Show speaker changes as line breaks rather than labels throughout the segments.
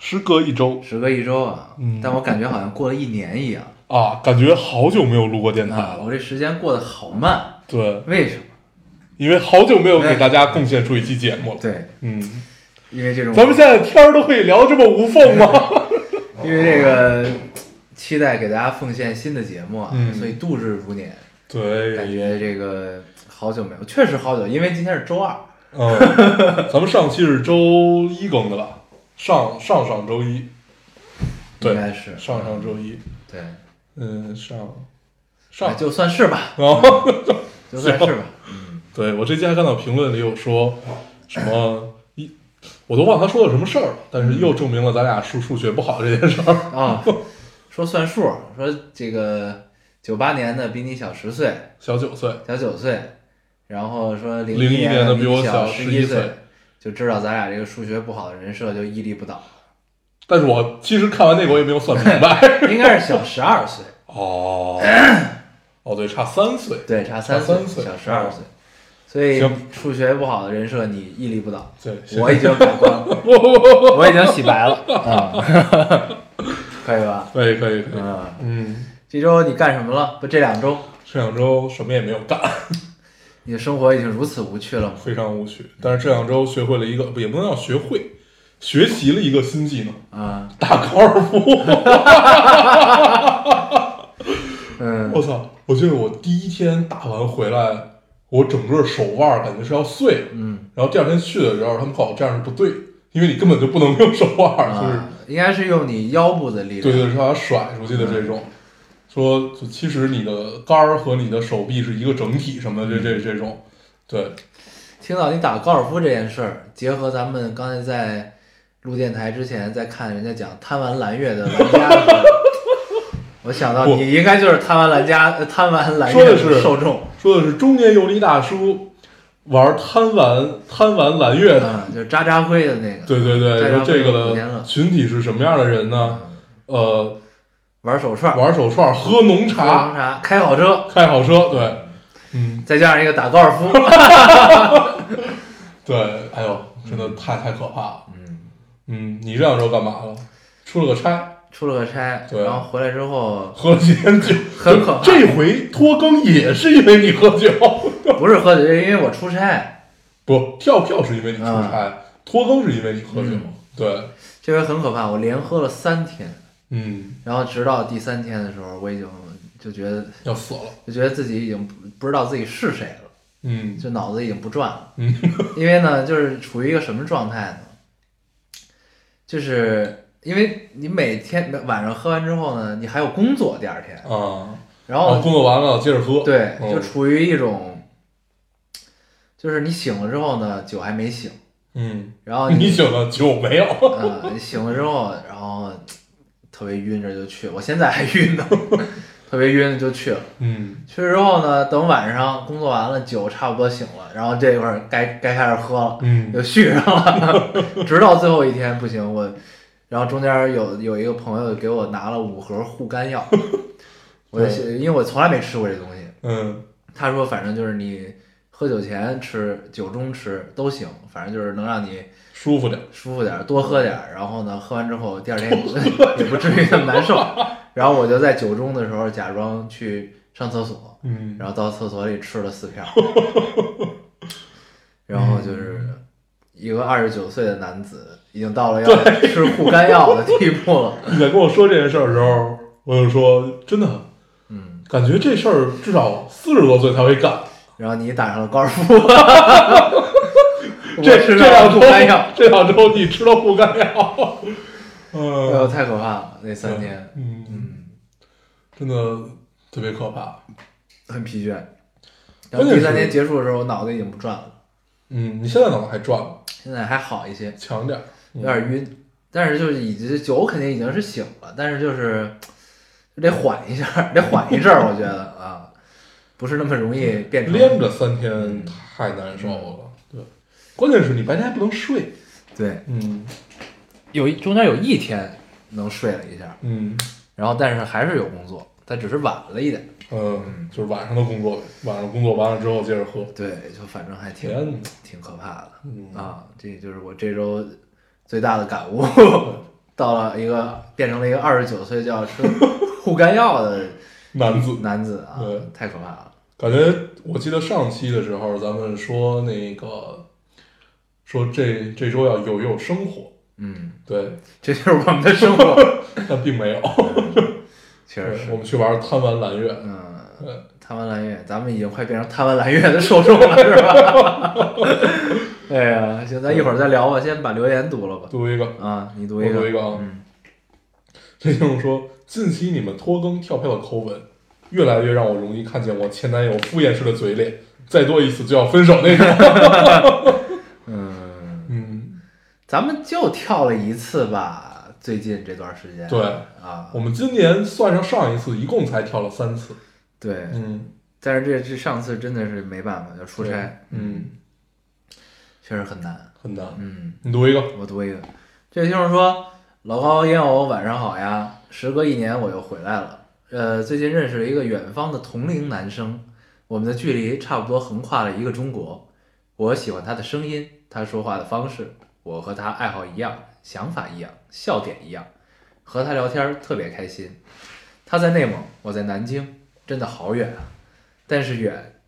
时隔一周
时隔一周啊，
嗯
但我感觉好像过了一年一样
啊，感觉好久没有录过电台
啊！
了。
我这时间过得好慢，
对，
为什么？
因为好久没有给大家贡献出一期节目了。
对，
嗯，
因为这种，
咱们现在天儿都可以聊这么无缝吗？
因为这个期待给大家奉献新的节目啊，
嗯
所以度日如年，感
对，
觉这个好久没有，确实好久，因为今天是周二，
嗯，咱们上期是周一更的吧？上上上周一，对
应该是
上上周一，
对，
嗯，上
哎
上
就算是吧，
然后。
就算是吧，
对我这期还看到评论里有说什么一，我都忘他说的什么事儿了，但是又证明了咱俩数数学不好这件事儿。
啊、说算数，说这个九八年的比你小十岁，
小九岁，
小九岁，然后说零
01
年
年的
比
比我
小
小
一
11岁，
就知道咱俩这个数学不好的人设就屹立不倒，
但是我其实看完那个我也没有算明 白。
应该是小十二岁，
哦，哦对，差三岁，
对，差
差
三岁，
三岁嗯
小十二岁，所以
行
数学不好的人设你屹立不倒，
对，
我已经改观 了，我已经洗白了啊，嗯 可以吧？
可以可以可以，
嗯，
嗯，
这周你干什么了？不，这两周
这两周什么也没有干，
你的生活已经如此无趣了吗？
非常无趣。但是这两周学会了一个，不也不能叫学会，学习了一个新技能，
啊，
打高尔夫。
嗯，
我操！我记得我第一天打完回来，我整个手腕儿感觉是要碎了。
嗯，
然后第二天去的时候，他们告诉我这样是不对，因为你根本就不能用手腕儿，就是、
啊，应该是用你腰部的力量，
对对，是把它甩出去的这
嗯
种。说就其实你的杆儿和你的手臂是一个整体什
嗯
么的，这这这种，对，
听到你打高尔夫这件事儿，结合咱们刚才在录电台之前在看人家讲贪玩蓝月的玩家的时候， 我想到
不
你应该就是贪玩蓝家、呃贪玩蓝
说
月
的是
受众，
说的是中年油腻大叔玩贪玩贪玩蓝月的，
嗯，就是渣渣辉的那个，
对对
大
对，
家
说这
不要
个的群体是什么样的人呢？
嗯
呃，
玩手串、
玩手串儿、喝浓
喝
茶、
红茶、开好车，
开好车，对，嗯，
再加上一个打高尔 夫，
对，哎呦，真的太太可怕了。
嗯，
嗯，你这两周干嘛了？出了个差，
出了个差，
对啊
然后回来之后
喝了几天酒，
很可怕
这回拖更也是因为你喝 酒，
不是喝酒，因为我出差，
不跳票是因为你出差，拖更是因为你喝酒。
啊嗯
对，
这回很可怕，我连喝了三天，
嗯，
然后直到第三天的时候，我已经就觉得。
要死了。
就觉得自己已经不不知道自己是谁了，
嗯
就脑子已经不转了。
嗯，
因为呢，就是处于一个什么状态呢？就是因为你每天晚上喝完之后呢，你还有工作，第二天，
啊，
然
啊
后
工作完了接着喝。
对，
嗯
就处于一种，就是你醒了之后呢，酒还没醒，
嗯，
然后
你醒了酒没有？
呃，醒了之后，然后特别晕着就去，我现在还晕呢， 特别晕就去了。
嗯，
去之后呢，等晚上工作完了，酒差不多醒了，然后这会儿该该开始喝了，
嗯
就续上了，直到最后一天不行，我，然后中间有有一个朋友给我拿了五盒护肝药，我就因为我从来没吃过这东西，
嗯
他说反正就是你喝酒前吃、酒中吃都行，反正就是能让你
舒服点。
舒服点儿，多喝点儿，然后呢，喝完之后第二天也不也不至于那么难受，然后我就在酒中的时候假装去上厕所。
嗯，
然后到厕所里吃了四片 儿，然后就是一个二十九岁的男子，已经到了要吃护肝药的地步 了。
你在跟我说这件事儿的时候，我就说真的。
嗯，
感觉这事儿至少四十多岁才会干，
然后你打上了高尔 夫，我
这
吃
这
上
两
了护
周
肝药，，
这两周你吃了护肝药，
哎呦，
嗯，
太可怕了！那三天，
嗯，
嗯，
真的特别可怕，
很疲倦。然
关键
后
是
第三天结束的时候，我脑子已经不转了，
嗯，你现在脑子还转吗？
现在还好一些，
强点儿，
有点晕，但是就是已经酒肯定已经是醒了，但是就是得缓一下，得缓一阵儿，我觉得啊，不是那么容易变成
连着三天太难受了。对，关键是你白天还不能睡。
对，
嗯
有一中间有一天能睡了一下，
嗯
然后但是还是有工作，但只是晚了一点。
嗯，就是晚上的工作，晚上工作完了之后接着喝。
对，就反正还挺
天哪
挺可怕的。
嗯，
啊，这就是我这周最大的感悟， 到了一个变成了一个二十九岁就要吃护肝药的
男子，
男子啊
对，
太可怕了。
感觉我记得上期的时候咱们说那个，说这这周要有有生活，
嗯，
对，
这就是我们的生活，
但并没有。
确实
我
是。
们去玩贪玩蓝月，
嗯，
对，
贪玩蓝月，咱们已经快变成贪玩蓝月的受众了，是吧？ 哎呀，行，咱一会儿再聊吧，先把留言读了吧。
读一个。
啊，你读
我
一个，
读一个啊
嗯，
这听众说，近期你们拖更跳票的口吻，越来越让我容易看见我前男友敷衍式的嘴脸，再多一次就要分手那 种。
嗯，
嗯，
咱们就跳了一次吧，最近这段时间。
对
啊
我，们今年算上上一次，一共才跳了三次。
对，
嗯，
但是这这上次真的是没办法，要出
对
差，
嗯，
确实很难。
很难。
嗯，
你读一个，
我读一个，这个听众说：“老高烟偶晚上好呀，时隔一年我又回来了。呃，最近认识了一个远方的同龄男生，我们的距离差不多横跨了一个中国。我喜欢他的声音，他说话的方式，我和他爱好一样，想法一样，笑点一样，和他聊天儿特别开心。他在内蒙，我在南京，真的好远啊！但是远，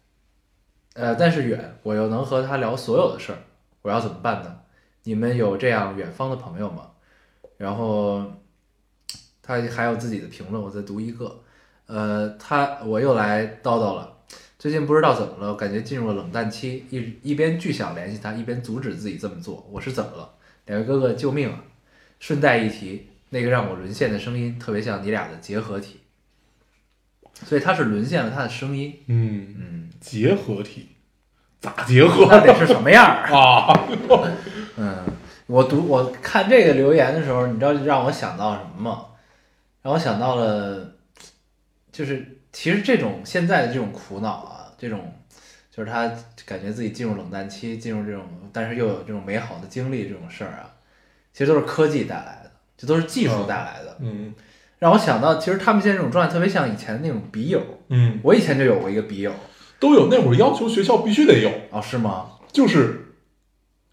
呃，但是远，我又能和他聊所有的事儿，我要怎么办呢？”你们有这样远方的朋友吗？然后他还有自己的评论，我再读一个。呃，他我又来叨叨了，最近不知道怎么了，感觉进入了冷淡期，一一边巨想联系他，一边阻止自己这么做。我是怎么了？两位哥哥救命啊！顺带一提，那个让我沦陷的声音特别像你俩的结合体，所以他是沦陷了他的声音。
嗯，
嗯，
结合体，咋结
那
合
得是什么样儿？
啊？
嗯，我读我看这个留言的时候，你知道让我想到什么吗？让我想到了，就是其实这种现在的这种苦恼啊，这种就是他感觉自己进入冷淡期，进入这种但是又有这种美好的经历这种事儿啊，其实都是科技带来的，这都是技术带来的。
嗯
让我想到，其实他们现在这种状态特别像以前那种笔友，
嗯，
我以前就有过一个笔友
都有那会儿要求学校必须得有，
哦，是吗？
就是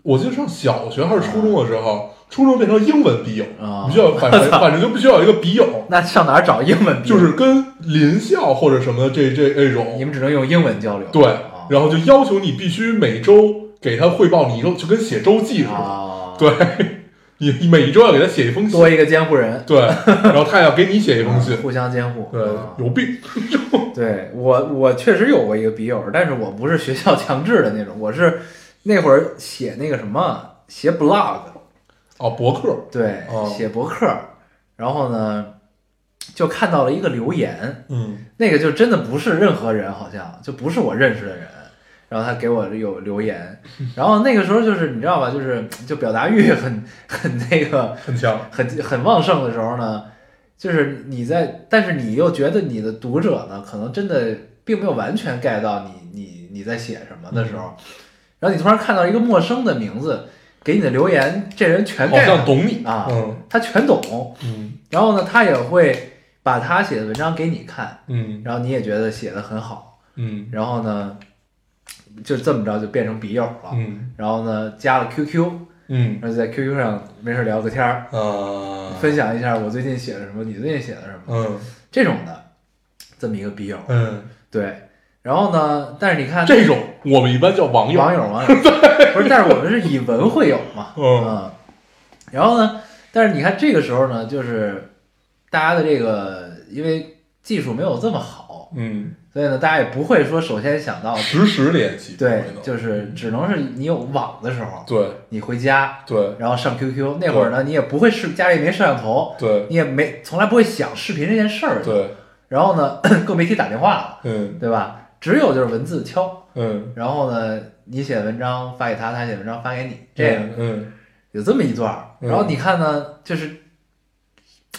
我记得上小学还是初中的时候，初中变成英文笔友，
啊
你就要 反正反正就必须要有一个笔友，
那上哪儿找英文笔友？
就是跟邻校或者什么的这这这
你
种，
们只能用英文交流。
对
啊，
然后就要求你必须每周给他汇报你一周，就跟写周记似的，
啊，
对，你你每一周要给他写一封信
多，一个监护人，
对，然后他也要给你写一封信
啊，互相监护。
对
啊，
有病，
对我我确实有过一个笔友，但是我不是学校强制的那种，我是那会儿写那个什么写 blog，
哦，博客，
对，
哦
写博客，然后呢就看到了一个留言，
嗯
那个就真的不是任何人，好像就不是我认识的人。然后他给我有留言，然后那个时候就是你知道吧，就是就表达欲很很那个，
很强，
很很旺盛的时候呢，就是你在，但是你又觉得你的读者呢，可能真的并没有完全 get 到你你你在写什么的时候，
嗯
然后你突然看到一个陌生的名字给你的留言，这人全
好
get
像
了
懂你
啊
嗯
他全懂，
嗯
然后呢，他也会把他写的文章给你看，
嗯
然后你也觉得写的很好，
嗯
然后呢，就这么着就变成笔友了，
嗯
然后呢加了 QQ，
嗯
然后就在 QQ 上没事聊个天儿。
啊，
呃分享一下我最近写了什么，你最近写了什么
嗯
这种的，这么一个笔友。
嗯，
对，然后呢，但是你看
这种我们一般叫网友，
网友网 友，不是，但是我们是以文会友嘛，
嗯
嗯。然后呢，但是你看这个时候呢，就是大家的这个因为技术没有这么好，
嗯，
所以呢，大家也不会说首先想到。
实时联系，
对
不会，的
就是
嗯
只能是你有网的时候，
对
你回家，
对
然后上 QQ。那会儿呢，你也不会是家里没摄像头，
对
你也没从来不会想视频这件事儿，
对，
然后呢， 更别提打电话了，
嗯
对吧？只有就是文字敲，
嗯，
然后呢，你写文章发给他，他写文章发给你，这样
嗯
有这么一段儿。
嗯
然后你看呢，就是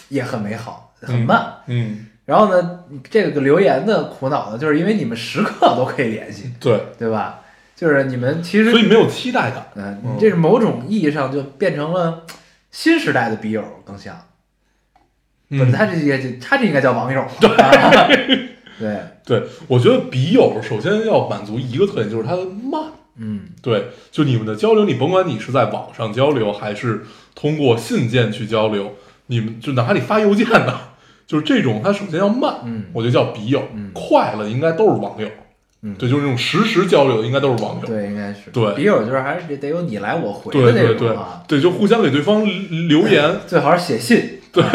也很美好，很慢。
嗯，
然后呢，这个留言的苦恼呢，就是因为你们时刻都可以联系，
对，
对吧？就是你们其实
所以没有期待感。
嗯，
嗯
你这是某种意义上就变成了新时代的笔友，更像。不是，
嗯，
他这也他这应该叫网友。对， 对，
对，我觉得笔友首先要满足一个特点，就是它慢。
嗯，
对，就你们的交流，你甭管你是在网上交流，还是通过信件去交流，你们就哪怕你发邮件呢，就是这种，它首先要慢，
嗯
我觉得叫笔友，
嗯
快了应该都是网友，
嗯
对，就是那种实时交流的应该都是网友，
对，应该是
对
笔友就是还是得得有你来我回
对
的那
对
种
对
啊，
对，就互相给对方留留言，
最好是写信，
对
啊，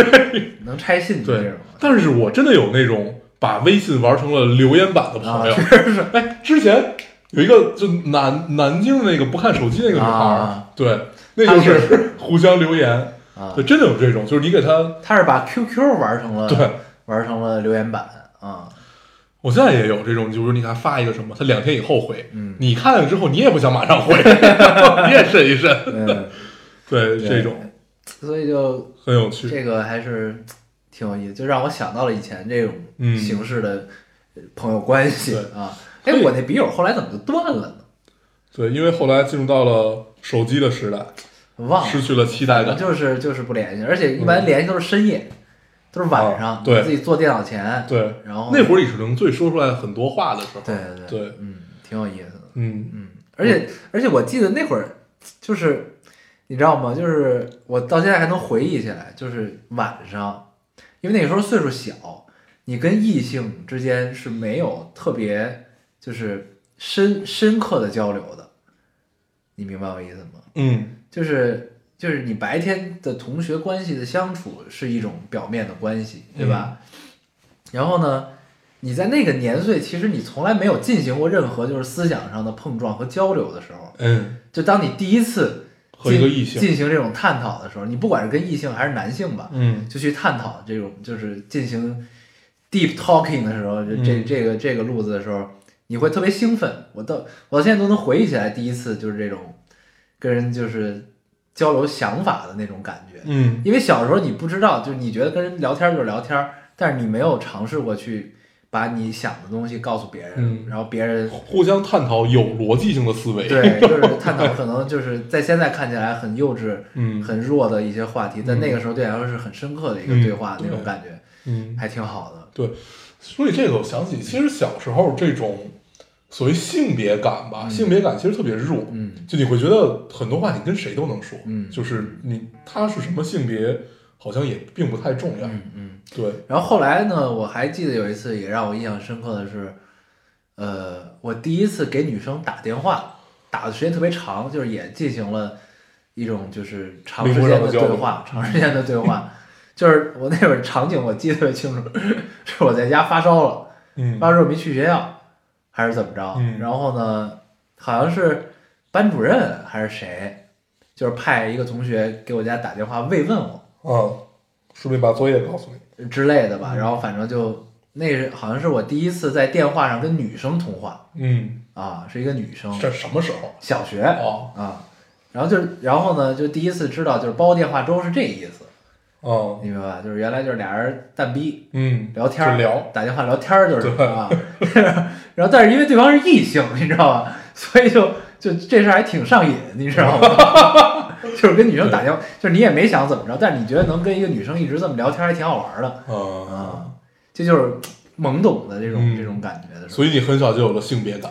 能拆信的那
对
种。，啊
但是我真的有那种把微信玩成了留言板的朋友，
啊
是， 哎，之前有一个就南南京那个不看手机那个女孩儿，
啊
对，那就
她
是互相留言，
啊
对，，真的有这种，就是你给他，
他是把 QQ 玩成了，
对，
玩成了留言板 啊，
我现在也有这种，就是你给他发一个什么，他两天以后回，
嗯
你看了之后你也不想马上回， 你也审一审，
嗯，
对，
对
这种
所以就
很有趣，
这个还是挺有意思，就让我想到了以前这种
嗯
形式的朋友关系
对
啊。哎
所，以
我那笔友后来怎么就断了呢？
对，因为后来进入到了手机的时代，
忘了，
失去了期待感，
就是就是不联系，而且一般联系都是深夜，都是晚上，
啊嗯对
自己坐电脑前，
对，
然后
那会
儿，
儿你是能最说出来很多话的时候，
对对
对
嗯，挺有意思的，
嗯。
嗯，而且而且我记得那会儿就是你知道吗？就是我到现在还能回忆起来，就是晚上，因为那个时候岁数小，你跟异性之间是没有特别就是深深刻的交流的，你明白我意思吗？
嗯，
就是就是你白天的同学关系的相处是一种表面的关系，对吧？
嗯
然后呢，你在那个年岁，其实你从来没有进行过任何就是思想上的碰撞和交流的时候，
嗯，
就当你第一次
和
进
一个异性
进行这种探讨的时候，你不管是跟异性还是男性吧，
嗯，
就去探讨这种就是进行 deep talking 的时候，就这
嗯
这个这个路子的时候，你会特别兴奋。我到我到现在都能回忆起来第一次就是这种跟人就是交流想法的那种感觉，
嗯，
因为小时候你不知道，就是你觉得跟人聊天就是聊天，但是你没有尝试过去把你想的东西告诉别人，
嗯
然后别 人。
互相探讨有逻辑性的思维，，
对，就是探讨可能就是在现在看起来很幼稚、
嗯，
很弱的一些话题，但那个时候对来说是很深刻的一个对话
嗯
那种
对
感觉，
嗯，
还挺好的。
对，所以这个我想起，其实小时候这种所谓性别感吧，性别感其实特别弱，
嗯
就你会觉得很多话你跟谁都能说，
嗯
就是你他是什么性别，好像也并不太重要，
嗯嗯。
对，
然后后来呢，我还记得有一次也让我印象深刻的是，呃，我第一次给女生打电话，打的时间特别长，就是也进行了一种就是长时间
灵魂上
的
的
对
交流
话，长时间的对话。就是我那会儿场景我记得特别清楚， 是我在家发烧了，
嗯，
发烧没去学校，还是怎么着？
嗯
然后呢，好像是班主任还是谁，就是派一个同学给我家打电话慰问我
啊，顺便把作业告诉你，
之类的吧。然后反正就那是好像是我第一次在电话上跟女生通话
嗯，
啊，是一个女生，
这什么时候？
小学
嗯哦，
啊。然后就是，然后呢，就第一次知道就是煲电话粥是这意思，
啊，
你明白吧？就是原来就是俩人蛋逼
嗯，
聊天儿，
就聊
打电话聊天儿就是
对
啊。 然后但是因为对方是异性，你知道吧？所以就就这事儿还挺上瘾，你知道吗？就是跟女生打电话，就是你也没想怎么着，但是你觉得能跟一个女生一直这么聊天，还挺好玩儿的。
啊，
啊，这就是懵懂的这种、
嗯
这种感觉的时候，
所以你很小就有了性别感，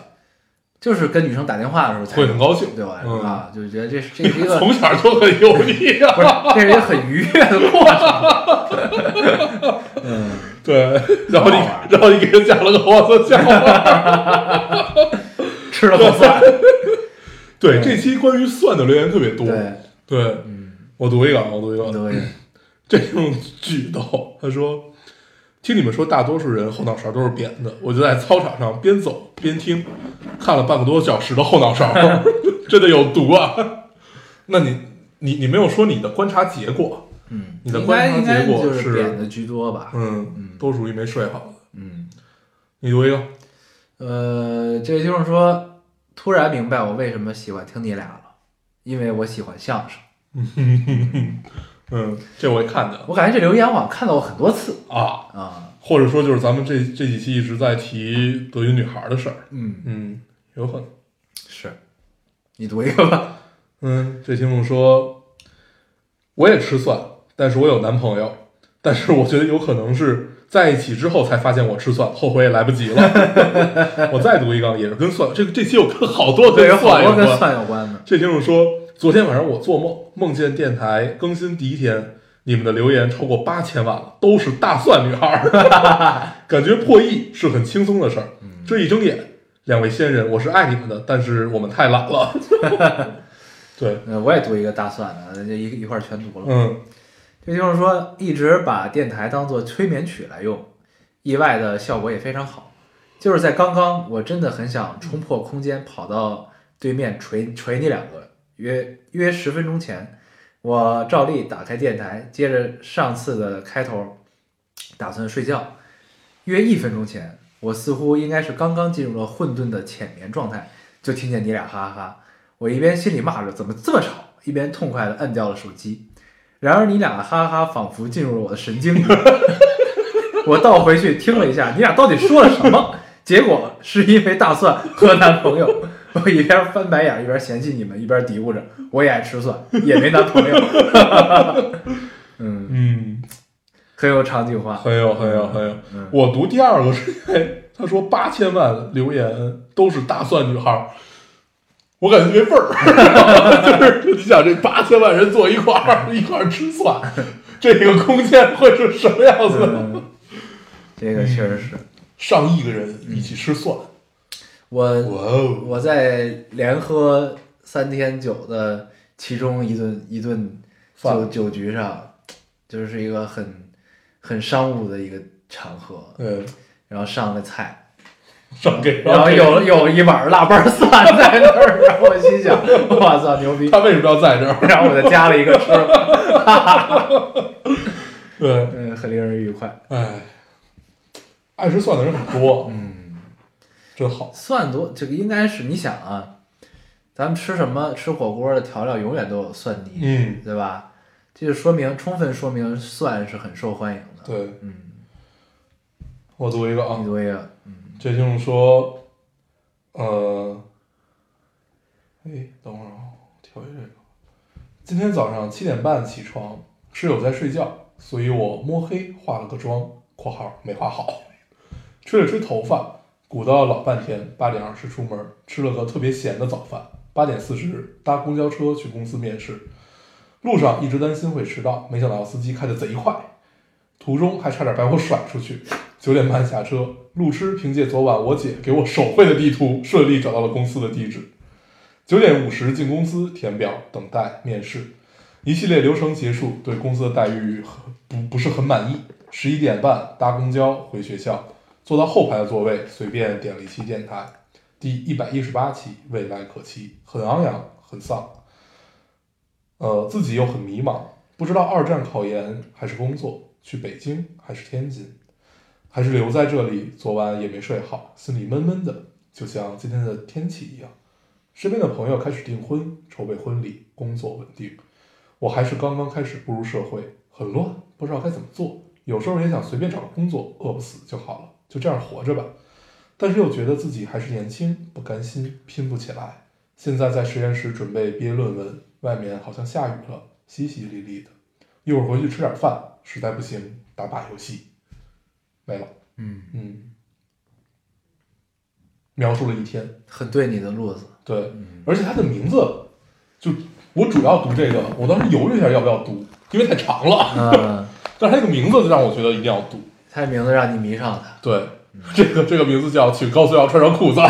就是跟女生打电话的时候才
会很高兴
对我来
嗯
说啊，就觉得这是这是一个
从小就很油腻
不
啊，
是这是一个很愉悦的过程， 嗯，
对， 然后
很好玩
你然后你给人讲了个黄色笑话。
吃了口饭，
对，
对
这期关于蒜的留言特别多。
对，
对
嗯，
我读一个，啊，我读一个，
对，
这种举动，他说。听你们说，大多数人后脑勺都是扁的，我就在操场上边走边听，看了半个多小时的后脑勺， 真的有毒啊！那你你你没有说你的观察结果，
嗯，
你的
应
观
该
察
应该
结果
就是
是
扁的居多吧，
嗯
嗯，
都属于没睡好的。
嗯，
你读一个，
呃，这位听众说，突然明白我为什么喜欢听你俩了，因为我喜欢相声，
嗯，这我也看见了
我感觉这留言我好像看到过很多次
啊，
啊，
或者说就是咱们这这几期一直在提德云女孩的事儿，
嗯，
嗯，有可能。
是，你读一个吧，
嗯，这听众说，我也吃蒜，但是我有男朋友，但是我觉得有可能是在一起之后才发现我吃蒜，后悔也来不及了。 我再读一个，也是跟蒜，这个这期有跟好 多
对，有好
蒜
多
有
跟
关。
蒜有关的，
这听众说，昨天晚上我做梦，梦见电台更新第一天，你们的留言超过八千万了，都是大蒜女孩儿， 感觉破亿是很轻松的事儿。
嗯
这一睁眼，两位仙人，我是爱你们的，但是我们太懒了。 对，
呃，我也读一个大蒜的，这一一块儿全读了，
嗯
这就是说，一直把电台当做催眠曲来用，意外的效果也非常好。就是在刚刚，我真的很想冲破空间，跑到对面捶捶你两个。约约十分钟前，我照例打开电台，接着上次的开头，打算睡觉。约一分钟前，我似乎应该是刚刚进入了混沌的浅眠状态，就听见你俩哈哈哈。我一边心里骂着怎么这么吵，一边痛快的摁掉了手机。然而你俩的哈哈仿佛进入了我的神经里， 我倒回去听了一下，你俩到底说了什么？ 结果是因为大蒜和男朋友， 我一边翻白眼一边嫌弃你们，一边嘀咕着我也爱吃蒜，也没男朋友。 嗯，
嗯，
很有场景化。
很有很有很有。
嗯
我读第二个是因为他说八千万留言都是大蒜女孩儿，我感觉没 味儿，就是你想这八千万人坐一块
嗯
儿一块儿吃蒜，这个空间会是什么样子？
嗯，这个确实是
上亿个人一起吃蒜，
我，
哇哦！
我在连喝三天酒的其中一顿一顿
饭
酒酒局上，就是一个很很商务的一个场合，
嗯，
然后上了菜，
上给
然后有有一碗腊八蒜在那儿，然后我心想，我操牛逼，
他为什么要在这儿？
然后我就加了一个吃，
对，
嗯，很令人愉快。
哎，爱吃蒜的人很多，嗯，真好，
蒜多，这个应该是你想啊，咱们吃什么吃火锅的调料永远都有蒜泥，
嗯，
对吧？这就说明充分说明蒜是很受欢迎的。
对
嗯，
我读一个啊
你，作为嗯
这就是说，呃，哎，等会儿啊，我调一下这个。今天早上七点半起床，室友在睡觉，所以我摸黑化了个妆（括号没化好），吹了吹头发，鼓捣了老半天。八点二十出门，吃了个特别咸的早饭。八点四十搭公交车去公司面试，路上一直担心会迟到，没想到司机开的贼快，途中还差点把我甩出去。九点半下车，路痴凭借昨晚我姐给我手绘的地图，顺利找到了公司的地址。九点五十进公司，填表、等待、面试，一系列流程结束，对公司的待遇很不不是很满意。十一点半搭公交回学校，坐到后排的座位，随便点了一期电台，第一百一十八期《未来可期》，很昂扬，很丧。呃，自己又很迷茫，不知道二战考研还是工作，去北京还是天津。还是留在这里。昨晚也没睡好，心里闷闷的，就像今天的天气一样。身边的朋友开始订婚，筹备婚礼，工作稳定。我还是刚刚开始步入社会，很乱，不知道该怎么做。有时候也想随便找个工作，饿不死就好了，就这样活着吧。但是又觉得自己还是年轻，不甘心，拼不起来。现在在实验室准备毕业论文，外面好像下雨了，淅淅沥沥的。一会儿回去吃点饭，实在不行打把游戏。没了。
嗯，
嗯，描述了一天，
很对你的路子。
对，而且它的名字，就我主要读这个，我当时犹豫一下要不要读，因为太长了，
嗯，
但是它这个名字就让我觉得一定要读，
他的名字让你迷上了他。
对，这个这个名字叫去高速要穿上裤子，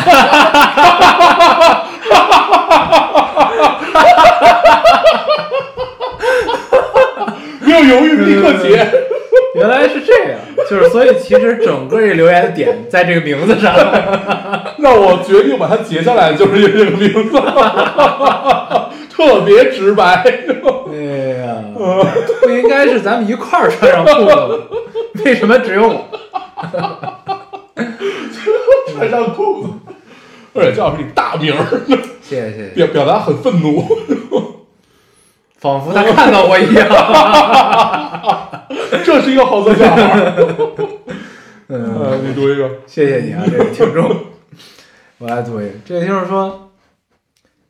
没有犹豫，立刻截，
原来是这样，就是所以其实整个这留言的点在这个名字上。
让我决定把它截下来，就是因为这个名字， 特别直 白。
哎呀，不应该是咱们一块儿穿上裤 子吗？为什么只有我？
穿上裤子，而且叫是你大名儿，
谢谢谢谢，
表表达很愤怒。
仿 佛他看到我一样。
这是一个好色笑话儿。
嗯，
呃，你读一个，
谢谢你啊，这位听众。 我来读一个，这位听众说：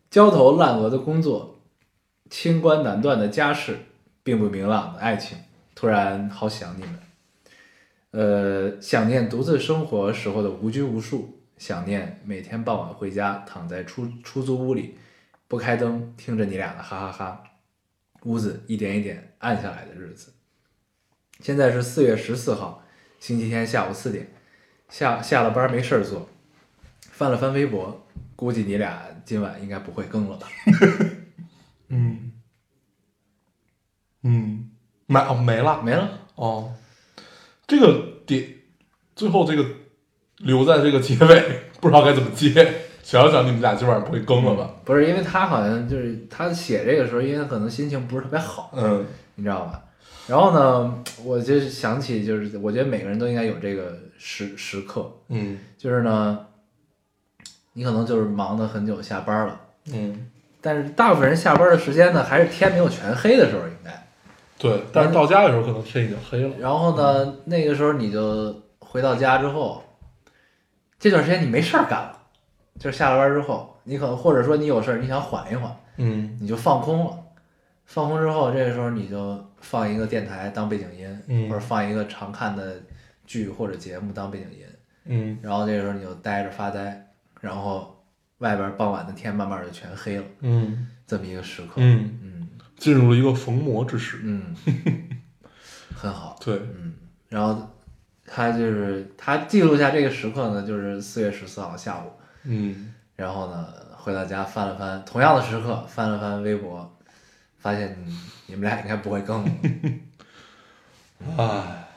焦头烂额的工作，清官难断的家事，并不明朗的爱情，突然好想你们。呃，想念独自生活时候的无拘无束，想念每天傍晚回家躺在出出租屋里，不开灯，听着你俩的哈哈哈屋子一点一点暗下来的日子。现在是四月十四号，星期天下午四点，下下了班没事儿做，翻了翻微博，估计你俩今晚应该不会更了吧？
嗯嗯，没哦没了
没了，
哦，这个点最后这个留在这个结尾， 不知道该怎么接。想想你们俩今晚上不会更了吧？
不是因为他好像就是他写这个时候，因为可能心情不是特别好，
嗯
你知道吧？然后呢，我就想起就是，我觉得每个人都应该有这个时时刻，
嗯
就是呢，你可能就是忙的很久下班了，
嗯，
但是大部分人下班的时间呢，还是天没有全黑的时候应该。
对。但是到家的时候可能天已经黑了。
然后呢，那个时候你就回到家之后，这段时间你没事儿干了，就是下了班之后，你可能或者说你有事儿，你想缓一缓，
嗯
你就放空了。放空之后，这个时候你就放一个电台当背景音，
嗯
或者放一个常看的剧或者节目当背景音。
嗯
然后这个时候你就呆着发呆，然后外边傍晚的天慢慢就全黑了，
嗯
这么一个时刻。
嗯，
嗯
进入了一个逢魔之时。
嗯，很好。
对，
嗯，然后他就是他记录下这个时刻呢，就是四月十四号下午，
嗯
然后呢回到家翻了翻同样的时刻，翻了翻微博，发现嗯你们俩应该不会 更了。
唉，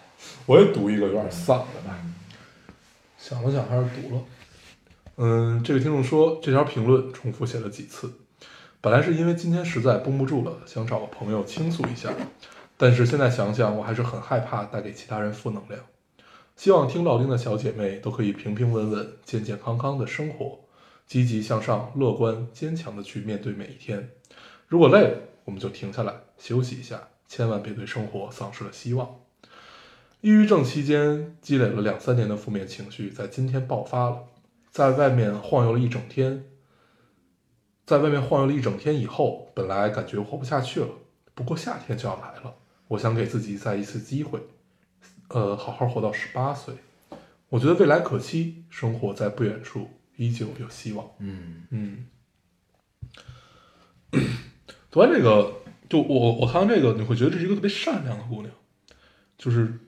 我也读一个有点丧的吧。想了想，还是读了。嗯，这位听众说这条评论重复写了几次，本来是因为今天实在绷不住了，想找个朋友倾诉一下，但是现在想想，我还是很害怕带给其他人负能量。希望听老丁的小姐妹都可以平平稳稳、健健康康的生活，积极向上、乐观、坚强的去面对每一天。如果累了，我们就停下来休息一下，千万别对生活丧失了希望。抑郁症期间积累了两三年的负面情绪，在今天爆发了，在外面晃悠了一整天，在外面晃悠了一整天以后，本来感觉活不下去了，不过夏天就要来了，我想给自己再一次机会，呃，好好活到十八岁。我觉得未来可期，生活在不远处，依旧有希望。
嗯
嗯， 读完这个，就我我看到这个，你会觉得这是一个特别善良的姑娘，就是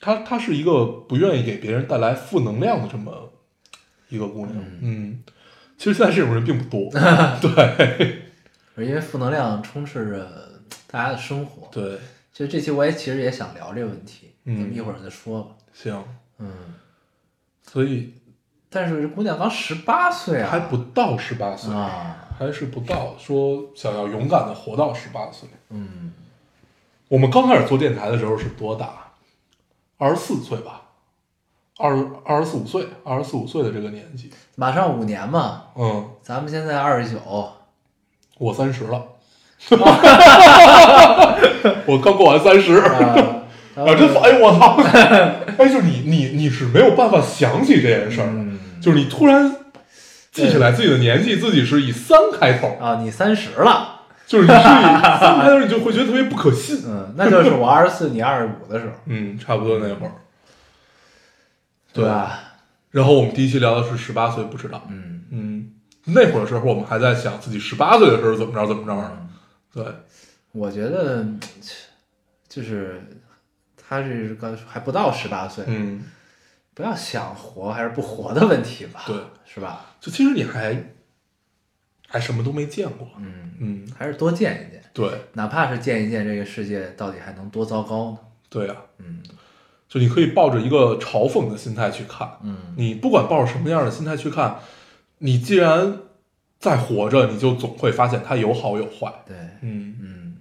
她她是一个不愿意给别人带来负能量的这么一个姑娘。嗯，其实现在这种人并不 多。对
而因为负能量充斥着大家的生活，
对，
所以这期我也其实也想聊这个问题，
嗯
咱们一会儿再说吧。
行，
嗯，
所以
但是这姑娘刚十八岁啊，
还不到十八岁，
啊，
还是不到说想要勇敢的活到十八岁。
嗯
我们刚开始做电台的时候是多大？二十四岁吧，二二十四五岁，二十四五岁的这个年纪，
马上五年嘛，
嗯，
咱们现在二 十九，
我三十了， 我刚过完三十，啊，
呃
真烦！哎，我操！ 哎，就是你你你是没有办法想起这件事儿的，
嗯
就是你突然记起来自己的年纪，自己是以三开头，
啊，你三十了。
就是你是以三开头，你就会觉得特别不可信。
嗯，那就是我二十四，你二十五的时候，
嗯，差不多那会儿。
对啊吧？
然后我们第一期聊的是十八岁不知道，
嗯，
嗯，那会儿的时候，我们还在想自己十八岁的时候怎么着怎么着呢。对，
我觉得嗯就是他是刚还不到十八岁，
嗯，
不要想活还是不活的问题吧，
对，
是吧？
就其实你还还什么都没见过，
嗯，
嗯，
还是多见一见，
对
哪怕是见一见这个世界到底还能多糟糕呢？
对啊，
嗯
就你可以抱着一个嘲讽的心态去看，
嗯
你不管抱着什么样的心态去看，你既然在活着，你就总会发现它有好有坏，
对，
嗯
嗯，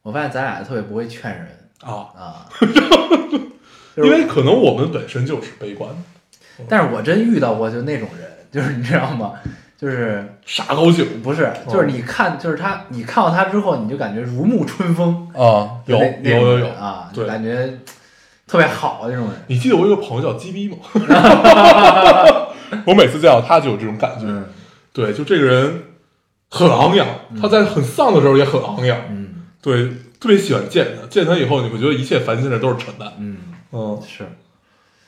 我发现咱俩特别不会劝人
啊，
啊，就是
因为可能我们本身就是悲观的，
但是我真遇到过就那种人，就是你知道吗？就是
傻高兴
不是，就是你看，就是他，你看到他之后，你就感觉如沐春风，
啊！有
那那
有
种
有
人
有
啊，
对
感觉特别好那种人。
你记得我有个朋友叫鸡逼 吗？我每次见到他就有这种感觉。
嗯
对，就这个人很昂扬，他在很丧的时候也很昂扬。
嗯
对，特别喜欢见他，见他以后你会觉得一切烦心事都是扯淡。
嗯，
嗯，
是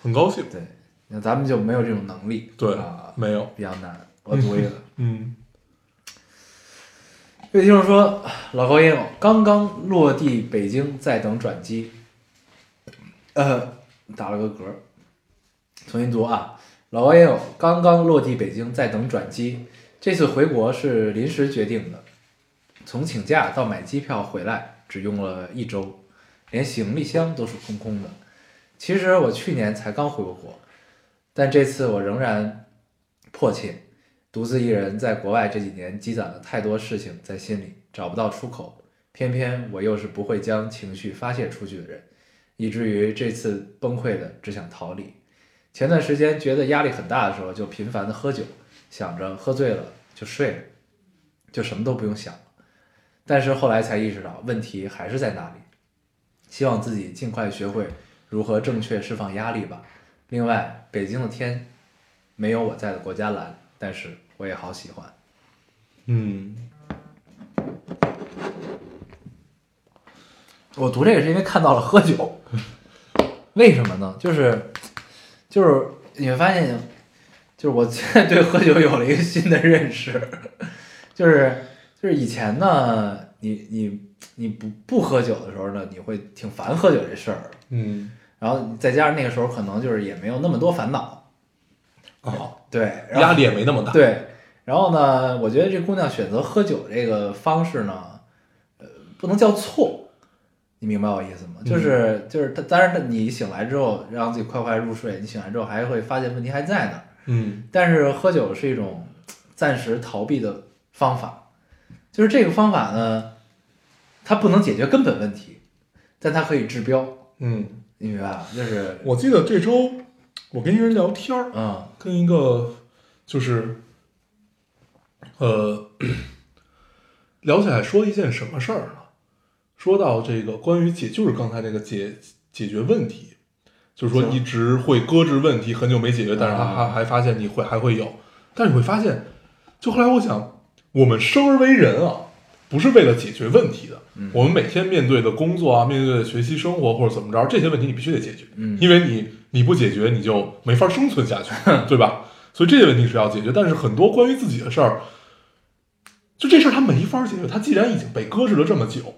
很高兴。
对，那咱们就没有这种能力，
对
啊，，
没有。
比较难。我读一个，
嗯
这位听众说， 老高烟友刚刚落地北京，在等转机，呃，打了个嗝，重新读啊。老高烟友刚刚落地北京，在等转机，这次回国是临时决定的，从请假到买机票回来只用了一周，连行李箱都是空空的。其实我去年才刚回过国，但这次我仍然迫切，独自一人在国外这几年积攒了太多事情在心里，找不到出口。偏偏我又是不会将情绪发泄出去的人，以至于这次崩溃的只想逃离。前段时间觉得压力很大的时候，就频繁的喝酒，想着喝醉了就睡了，就什么都不用想了。但是后来才意识到问题还是在那里，希望自己尽快学会如何正确释放压力吧。另外，北京的天没有我在的国家蓝，但是我也好喜欢。
嗯，
我读这个是因为看到了喝酒， 为什么呢？就是就是你会发现，就是我 现在对喝酒有了一个新的认识，就是就是以前呢，你你你不不喝酒的时候呢，你会挺烦喝酒这事儿，
嗯
然后再加上那个时候可能就是也没有那么多烦恼，
啊，
对，然后
压力也没那么大。
对，然后呢，我觉得这姑娘选择喝酒这个方式呢，呃，不能叫错，你明白我意思吗？就是、就是她，当然她你醒来之后让自己快快入睡，你醒来之后还会发现问题还在那儿，
嗯
但是喝酒是一种暂时逃避的方法，就是这个方法呢，它不能解决根本问题，但它可以治标，
嗯，
你明白吧？就是
我记得这周我跟一人聊天儿，
嗯
跟一个就是呃聊起来说一件什么事儿呢？说到这个关于解，就是刚才那个解解决问题，就是说
行
一直会搁置问题，很久没解决，但是他
啊
还还发现你会还会有，但是你会发现，就后来我想，我们生而为人啊，不是为了解决问题的，
嗯
我们每天面对的工作啊，面对的学习生活或者怎么着，这些问题你必须得解决，
嗯
因为你你不解决，你就没法生存 下去，对吧？所以这些问题是要解决，但是很多关于自己的事儿，就这事儿他没法解决，他既然已经被搁置了这么久，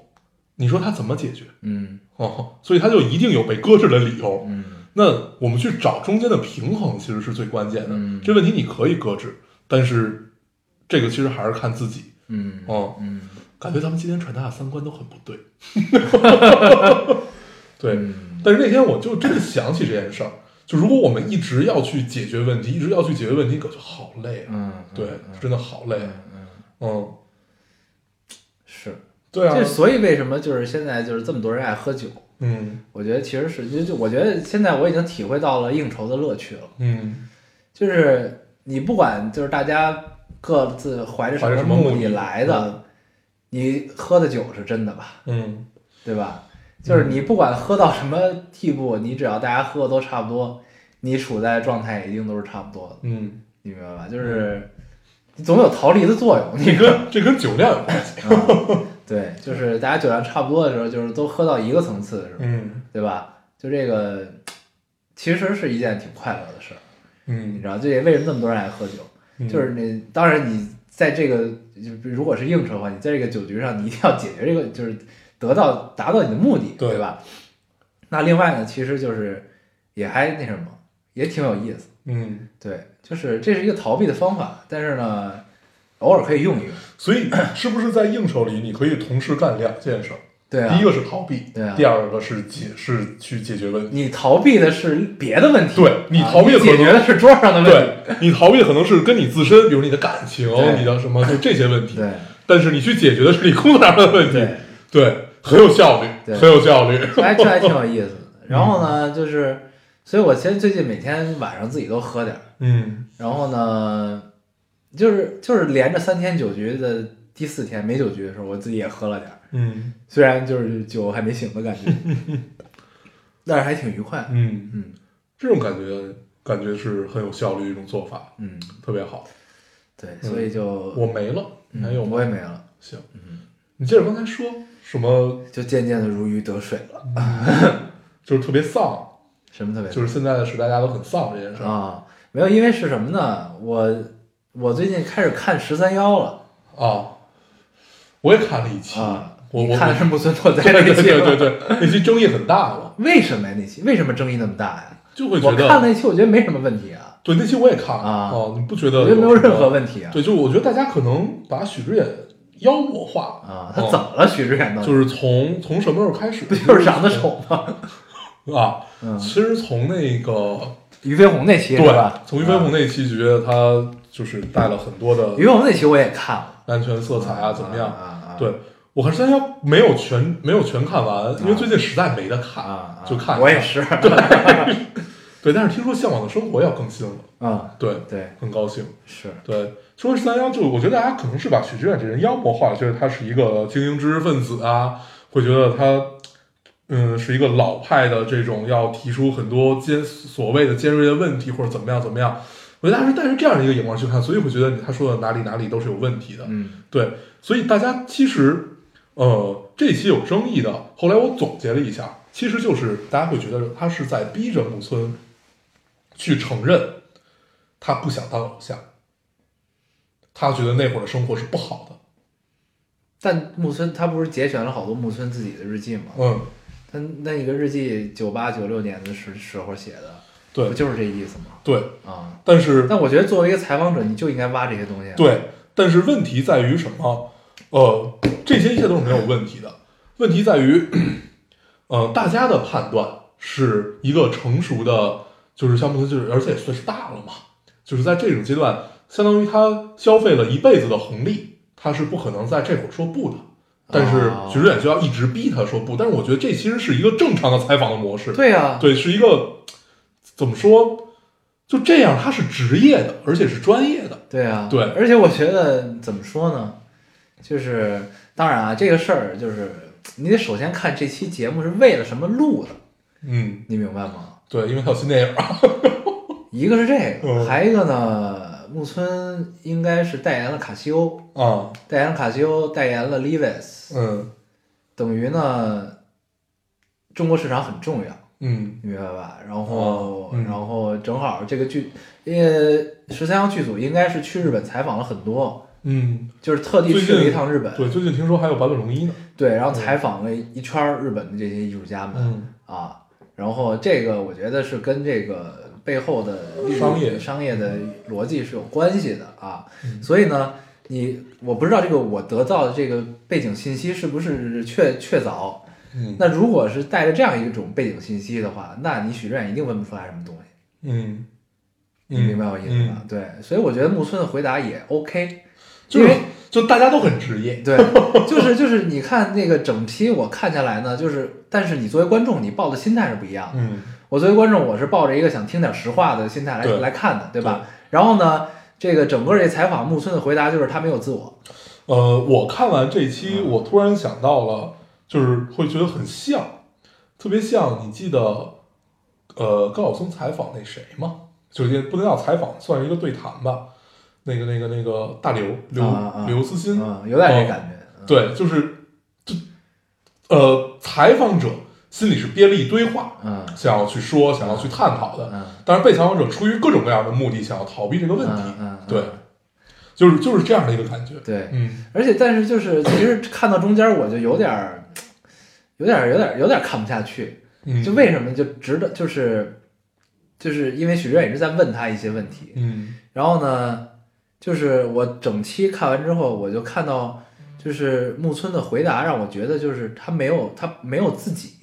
你说他怎么解决？
嗯
哦，所以他就一定有被搁置的理由。
嗯
那我们去找中间的平衡，其实是最关键的。
嗯
这问题你可以搁置，但是这个其实还是看自己。
嗯
哦，
嗯，
感觉咱们今天传达的三观都很不 对。 对，但是那天我就真的想起这件事儿，就如果我们一直要去解决问题，一直要去解决问题，可就好累啊。
嗯，
对
嗯，
真的好累。
嗯
嗯，
是。
对啊
就，所以为什么就是现在就是这么多人爱喝酒？
嗯
我觉得其实是，就就我觉得现在我已经体会到了应酬的乐趣了。
嗯
就是你不管就是大家各自怀着
怀
么
着什么目
的
的
来的，你喝的酒是真的吧？
嗯，
对吧？就是你不管喝到什么地步，你只要大家喝的都差不多，你处在状态一定都是差不多的，
嗯，
你明白吧？就是你总有逃离的作用，你
这跟这跟酒量有关系。
啊，对，就是大家酒量差不多的时候，就是都喝到一个层次的时候，
嗯
对吧？就这个其实是一件挺快乐的事儿，你
嗯
知道？就也为什么那么多人爱喝酒，
嗯
就是你当然你在这个就如果是应酬的话，你在这个酒局上，你一定要解决这个，就是得到达到你的目的，
对
对吧？那另外呢，其实就是也还那什么，也挺有意思，
嗯。
对，就是这是一个逃避的方法，但是呢，偶尔可以用一用，
所以，是不是在应酬里，你可以同时干两件事儿？
对啊，
第一个是逃避，
对啊
第二个是解是去解决问题。
你逃避的是别的问题，
对你
啊
逃避的可
解
能
决的是桌上的问题，
对你逃避的可能是跟你自身，比如你的感情、
对
你的什么，就这些问题。
对
但是你去解决的是你工作上的问题
对，
对，很有效率，
对
很有效率。
哎这还这还挺有意思的。然后呢，就是，所以我其实最近每天晚上自己都喝点儿，
嗯
然后呢，就是就是连着三天酒局的第四天没酒局的时候，我自己也喝了点儿，
嗯
虽然就是酒还没醒的感 觉，但是还挺愉快。
嗯，
嗯
这种感觉感觉是很有效率的一种做法，
嗯，
特别好。
对，所以就
我没了，
嗯
还有吗
我也没了，
行，
嗯，
你接着刚才说什么，
就渐渐的如鱼得水了，
就是特别丧，
什么特别
就是现在的时代大家都很丧这件事儿。
啊，没有，因为是什么呢？我我最近开始看十三幺了
啊，我也看了一期，
啊，
我
你
我
看的是木村拓哉
对
那
对
期吗，
对对对，那期争议很大了，
为什么呀？那期为什么争议那么大呀？
就会觉
我
得
看那期，我觉得没什么问题啊，
对那期我也看了
啊
哦，你不觉得
我觉得没有
什么
任何问题啊。
对，就是我觉得大家可能把许知远妖魔化
啊，他怎么了？许志远呢？
就是从从什么时候开始？
不嗯 就是长得丑吗？
啊？
嗯，
其实从那个
俞飞鸿那期是吧
对，？从俞飞鸿那期，就觉得他就是带了很多
啊，
的
俞飞鸿那期我也看了，
安全色彩啊，怎么样？
啊？啊
对我看三幺没有全没有全看完，因为最近实在没得
啊
看
啊，
就看。
我也。 是，
对，但是听说《向往的生活》要更新了，
嗯，
对，
对，
很高兴。
是，
对，说是三幺，就我觉得大家可能是把许知远这人妖魔化，觉得他是一个精英知识分子啊，会觉得他，嗯，是一个老派的这种要提出很多尖所谓的尖锐的问题或者怎么样怎么样。我觉得大家是带着这样的一个眼光去看，所以会觉得你他说的哪里哪里都是有问题的。
嗯
对，所以大家其实，呃，这期有争议的，后来我总结了一下，其实就是大家会觉得他是在逼着木村去承认他不想当偶像，他觉得那会儿的生活是不好的。
但木村他不是节选了好多木村自己的日记吗？
嗯，
他那个日记九八九六年的时时候写的，
对
不就是这意思吗？
对，
啊，
但是
但我觉得作为一个采访者，你就应该挖这些东西。，啊
对，但是问题在于什么？呃，这些一切都是没有问题的，问题在于，呃，大家的判断是一个成熟的，就是像木村就是，而且也岁数大了嘛，就是在这种阶段，相当于他消费了一辈子的红利，他是不可能在这会儿说不的。但是
哦
徐志远就要一直逼他说不，但是我觉得这其实是一个正常的采访的模式，
对啊，
对，是一个怎么说，就这样，他是职业的，而且是专业的，
对啊，
对
而且我觉得怎么说呢，就是当然啊，这个事儿就是你得首先看这期节目是为了什么录的，
嗯，
你明白吗？
对，因为他有新电影啊，
一个是这个，
嗯
还一个呢，木村应该是代言了卡西欧，
啊，
代言了卡西欧，代言了 Levi's，
嗯
等于呢，中国市场很重要。
嗯
你明白吧？然后，
嗯
然后正好这个剧，呃，十三幺剧组应该是去日本采访了很多，
嗯，
就是特地
最
去了
近
一趟日本，
对，最嗯近听说还有坂本龙一呢，
对，然后采访了一圈儿日本的这些艺术家们、
嗯
啊，然后这个我觉得是跟这个背后的利益
商业嗯
商业的逻辑是有关系的啊，所以呢，你我不知道这个我得到的这个背景信息是不是确确凿。
嗯
那如果是带着这样一种背景信息的话，那你许志远一定问不出来什么东西，
嗯，
你明白我意思吧？？对，所以我觉得木村的回答也 OK，
就
因
是
为
就大家都很职业，
对，就是就是，你看那个整批我看下来呢，就是，但是你作为观众，你抱的心态是不一样的。
嗯
我作为观众，我是抱着一个想听点实话的心态来
对
来看的，对吧？然后呢，这个整个这采访木村的回答就是他没有自我，
呃，我看完这期，
嗯
我突然想到了，就是会觉得很像，特别像，你记得呃高晓松采访那谁吗？就是也不能叫采访，算是一个对谈吧。那个那个那个大刘刘、
啊啊
刘思欣，
嗯，有
哦
点这感觉。嗯，
对，就是就呃，采访者心里是憋了一堆话，
嗯
想要去说，想要去探讨的。
嗯
但是被采访者出于各种各样的目的，想要逃避这个问题
嗯，嗯，
对
嗯
就是就是这样的一个感觉。
对，
嗯
而且但是就是其实看到中间我就有点儿，有点儿有点儿有点儿看不下去，
嗯，
就为什么就值得就是。就是因为许志远也是在问他一些问题，
嗯
然后呢，就是我整期看完之后，我就看到，
嗯
就是木村的回答让我觉得就是他没有他没有自己，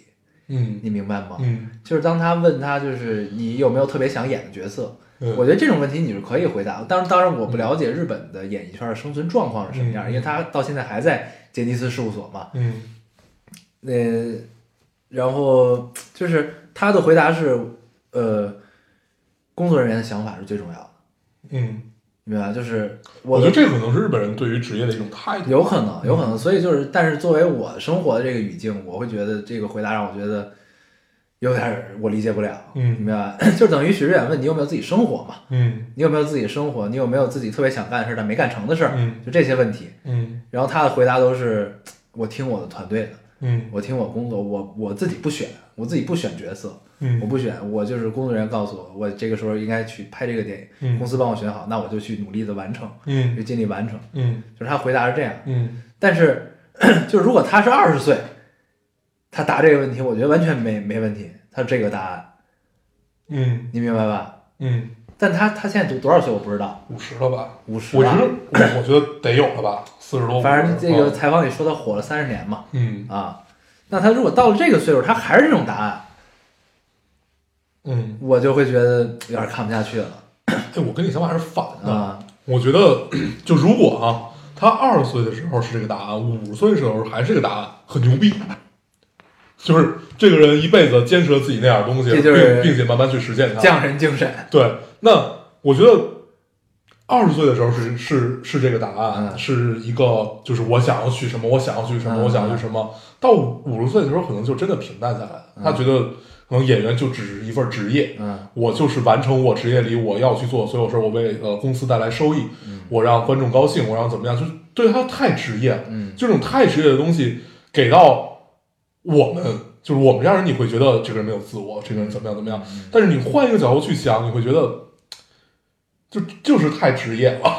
嗯
你明白吗？
嗯
就是当他问他就是你有没有特别想演的角色，
嗯，
我觉得这种问题你是可以回答的。当然，当然我不了解日本的演艺圈的生存状况是什么样，
嗯
因为他到现在还在杰尼斯事务所嘛。
嗯
呃，然后就是他的回答是，呃，工作人员的想法是最重要的。
嗯
明白吧？就是我
我
的
觉得这可能是日本人对于职业的一种态度。
有可能，有可能。所以就是，但是作为我生活的这个语境，我会觉得这个回答让我觉得有点儿我理解不了，
嗯
明白吧？ 就等于许志远问你有没有自己生活嘛？
嗯
你有没有自己生活？你有没有自己特别想干的事儿但没干成的事儿？
嗯
就这些问题。
嗯
然后他的回答都是我听我的团队的，
嗯
我听我工作，我我自己不选，我自己不选角色，我
嗯
不选，我就是工作人员告诉我，我这个时候应该去拍这个电影，
嗯
公司帮我选好，那我就去努力的完成，
嗯
就尽力完成。
嗯
就是他回答是这样，
嗯，
但是 就是如果他是二十岁，他答这个问题，我觉得完全没没问题，他这个答案，
嗯
你明白吧？
嗯，
但他他现在读多少岁我不知道，
五十了吧？
五十
我觉
了
得，我我觉得得有了吧，四十多。
反正这个
50了，
采访里说他火了三十年嘛，
嗯
啊，那他如果到了这个岁数，他还是这种答案，
嗯，
我就会觉得有点看不下去了
哎，我跟你想法是反的。
啊。
我觉得，就如果啊，他二十岁的时候是这个答案，五十岁的时候还是这个答案，很牛逼。就是这个人一辈子坚持了自己那点东西，
这就是
并并且慢慢去实践它。
匠人精神，
对，那我觉得二十岁的时候是是是这个答案，
嗯
是一个就是我想要去什么，我想要去什么，
嗯
我想要去什么。到五十岁的时候，可能就真的平淡下来了。他觉得可能演员就只是一份职业，
嗯
我就是完成我职业里我要去做的所有事儿，我为呃公司带来收
嗯
益，我让观众高兴，我让怎么样，就是对他太职业了。
嗯
这种太职业的东西给到我们，就是我们让人你会觉得这个人没有自我，这个人怎么样怎么样。但是你换一个角度去想，你会觉得就就是太职业了。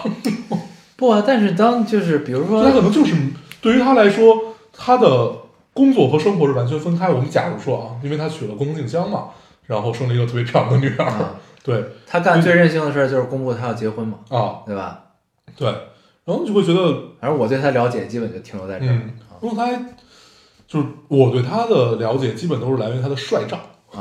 不啊，但是当就是比如
他可
说，
能就是对于他来说，他的工作和生活是完全分开的。我们假如说啊，因为他娶了宫静香嘛，然后生了一个特别漂亮的女儿，
啊
对
他干最任性的事儿就是公布他要结婚嘛，
啊，
对吧？
对，然后你就会觉得，
反正我对他了解基本就停留在这儿啊
嗯，因为他就是我对他的了解，基本都是来源于他的帅照，
啊，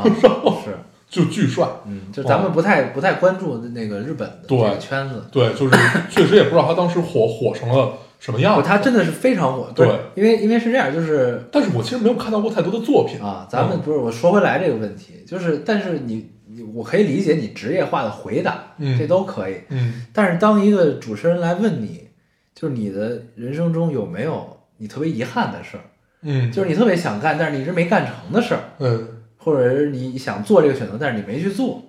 是，
就巨帅。
嗯，就咱们不太不太关注那个日本的这个圈子，
哦 对，就是确实也不知道他当时火火成了什么样
不，
子。
他真的是非常火，不是，因为因为是这样，就是
但是我其实没有看到过太多的作品。
啊，咱们不是我说回来这个问题，就是但是你你我可以理解你职业化的回答，
嗯
这都可以，
嗯
但是当一个主持人来问你，就是你的人生中有没有你特别遗憾的事儿，
嗯，
就是你特别想干但是你一直没干成的事儿，
嗯
或者是你想做这个选择但是你没去做，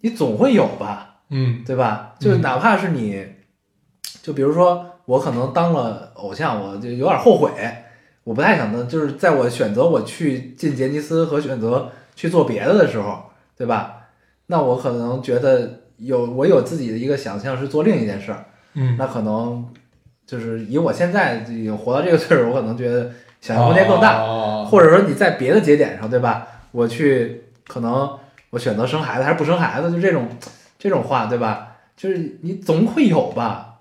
你总会有吧，
嗯
对吧？就
嗯
哪怕是你，就比如说我可能当了偶像，我就有点后悔，我不太想当，就是在我选择我去进杰尼斯和选择去做别的的时候，对吧？那我可能觉得有我有自己的一个想象是做另一件事儿，
嗯
那可能就是以我现在已经活到这个岁数，我可能觉得想象空间更大，
啊、
或者说你在别的节点上，对吧？我去可能我选择生孩子还是不生孩子，就这种这种话，对吧？就是你总会有吧，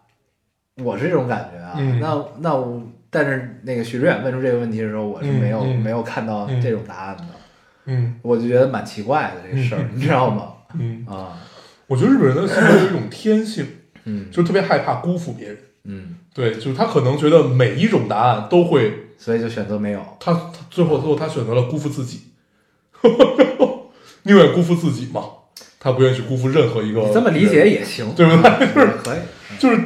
我是这种感觉啊。
嗯
那那我但是那个许志远问出这个问题的时候，我是没有、
嗯嗯
没有看到这种答案的，
嗯
我就觉得蛮奇怪的这个事儿，你知道吗？
嗯，
啊，
我觉得日本人的性格有一种天性，
嗯
就特别害怕辜负别人。
嗯，
对，就是他可能觉得每一种答案都会，
所以就选择没有。
他他最后最后他选择了辜负自己， 宁愿辜负自己嘛，他不愿意去辜负任何一个。
你这么理解，也行，
对不对
对？可以，
就是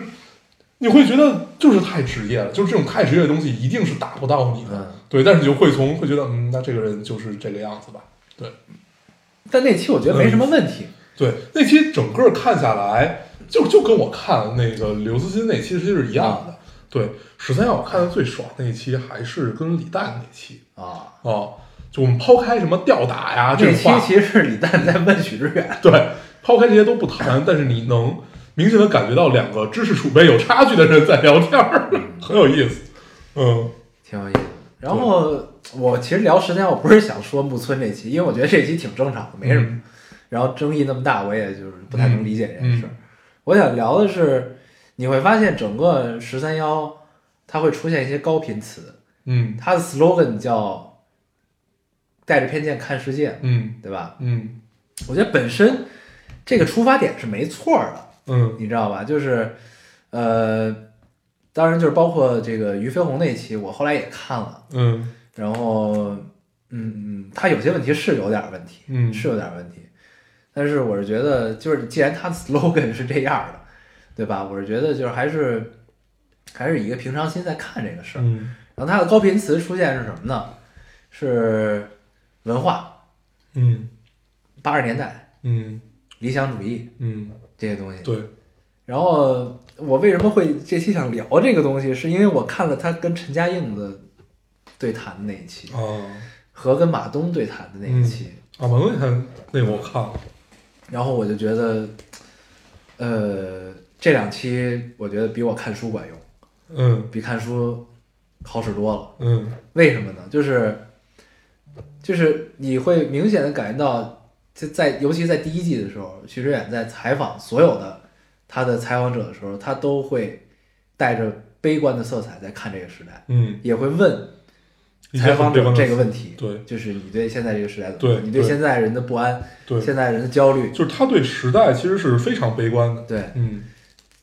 你会觉得就是太职业了，就是这种太职业的东西一定是打不到你的。
嗯。
对，但是你就会从会觉得，嗯，那这个人就是这个样子吧。对
但那期我觉得没什么问题，
对，那期整个看下来，就就跟我看那个刘慈欣那期其实是一样
嗯
的。对，十三幺我看的最爽那一期还是跟李诞那期
啊。
啊，就我们抛开什么吊打呀啊这
这
种
期
话，
其实是李诞在问许志远，
对，抛开这些都不谈，但是你能明显的感觉到两个知识储备有差距的人在聊天儿， 很有意思。嗯
挺有意思。然后我其实聊时间，我不是想说木村这期，因为我觉得这期挺正常的，没什么。
嗯
然后争议那么大，我也就是不太能理解这件事。
嗯
我想聊的是，你会发现整个十三幺，它会出现一些高频词，
嗯
它的 slogan 叫“带着偏见看世界
嗯”，
对吧？
嗯
我觉得本身这个出发点是没错儿的，
嗯
你知道吧？就是，呃，当然就是包括这个俞飞鸿那一期，我后来也看了，
嗯
然后，嗯嗯，他有些问题是有点问题，
嗯
是有点问题，但是我是觉得，就是既然他的 slogan 是这样的，对吧？我是觉得就是还是还是以一个平常心在看这个事儿。
嗯
然后它的高频词出现是什么呢？是文化，
嗯
八十年代
嗯
理想主义
嗯，
这些东西。
对，
然后我为什么会这期想聊这个东西，是因为我看了他跟陈嘉映的对谈的那一期，
啊
和跟马东对谈的那一期，
啊，文文看那个我看了，
然后我就觉得，呃，这两期我觉得比我看书管用，
嗯
比看书好使多了。
嗯
为什么呢？就是就是你会明显的感觉到，就在尤其在第一季的时候，徐志远在采访所有的他的采访者的时候，他都会带着悲观的色彩在看这个时代，
嗯，
也会问
一些
采访者
很
这个问题，
对
就是你对现在这个时代怎么看？
对
你对
对
现在人的不安，
对，
现在人的焦虑，
就是他对时代其实是非常悲观的，
对
嗯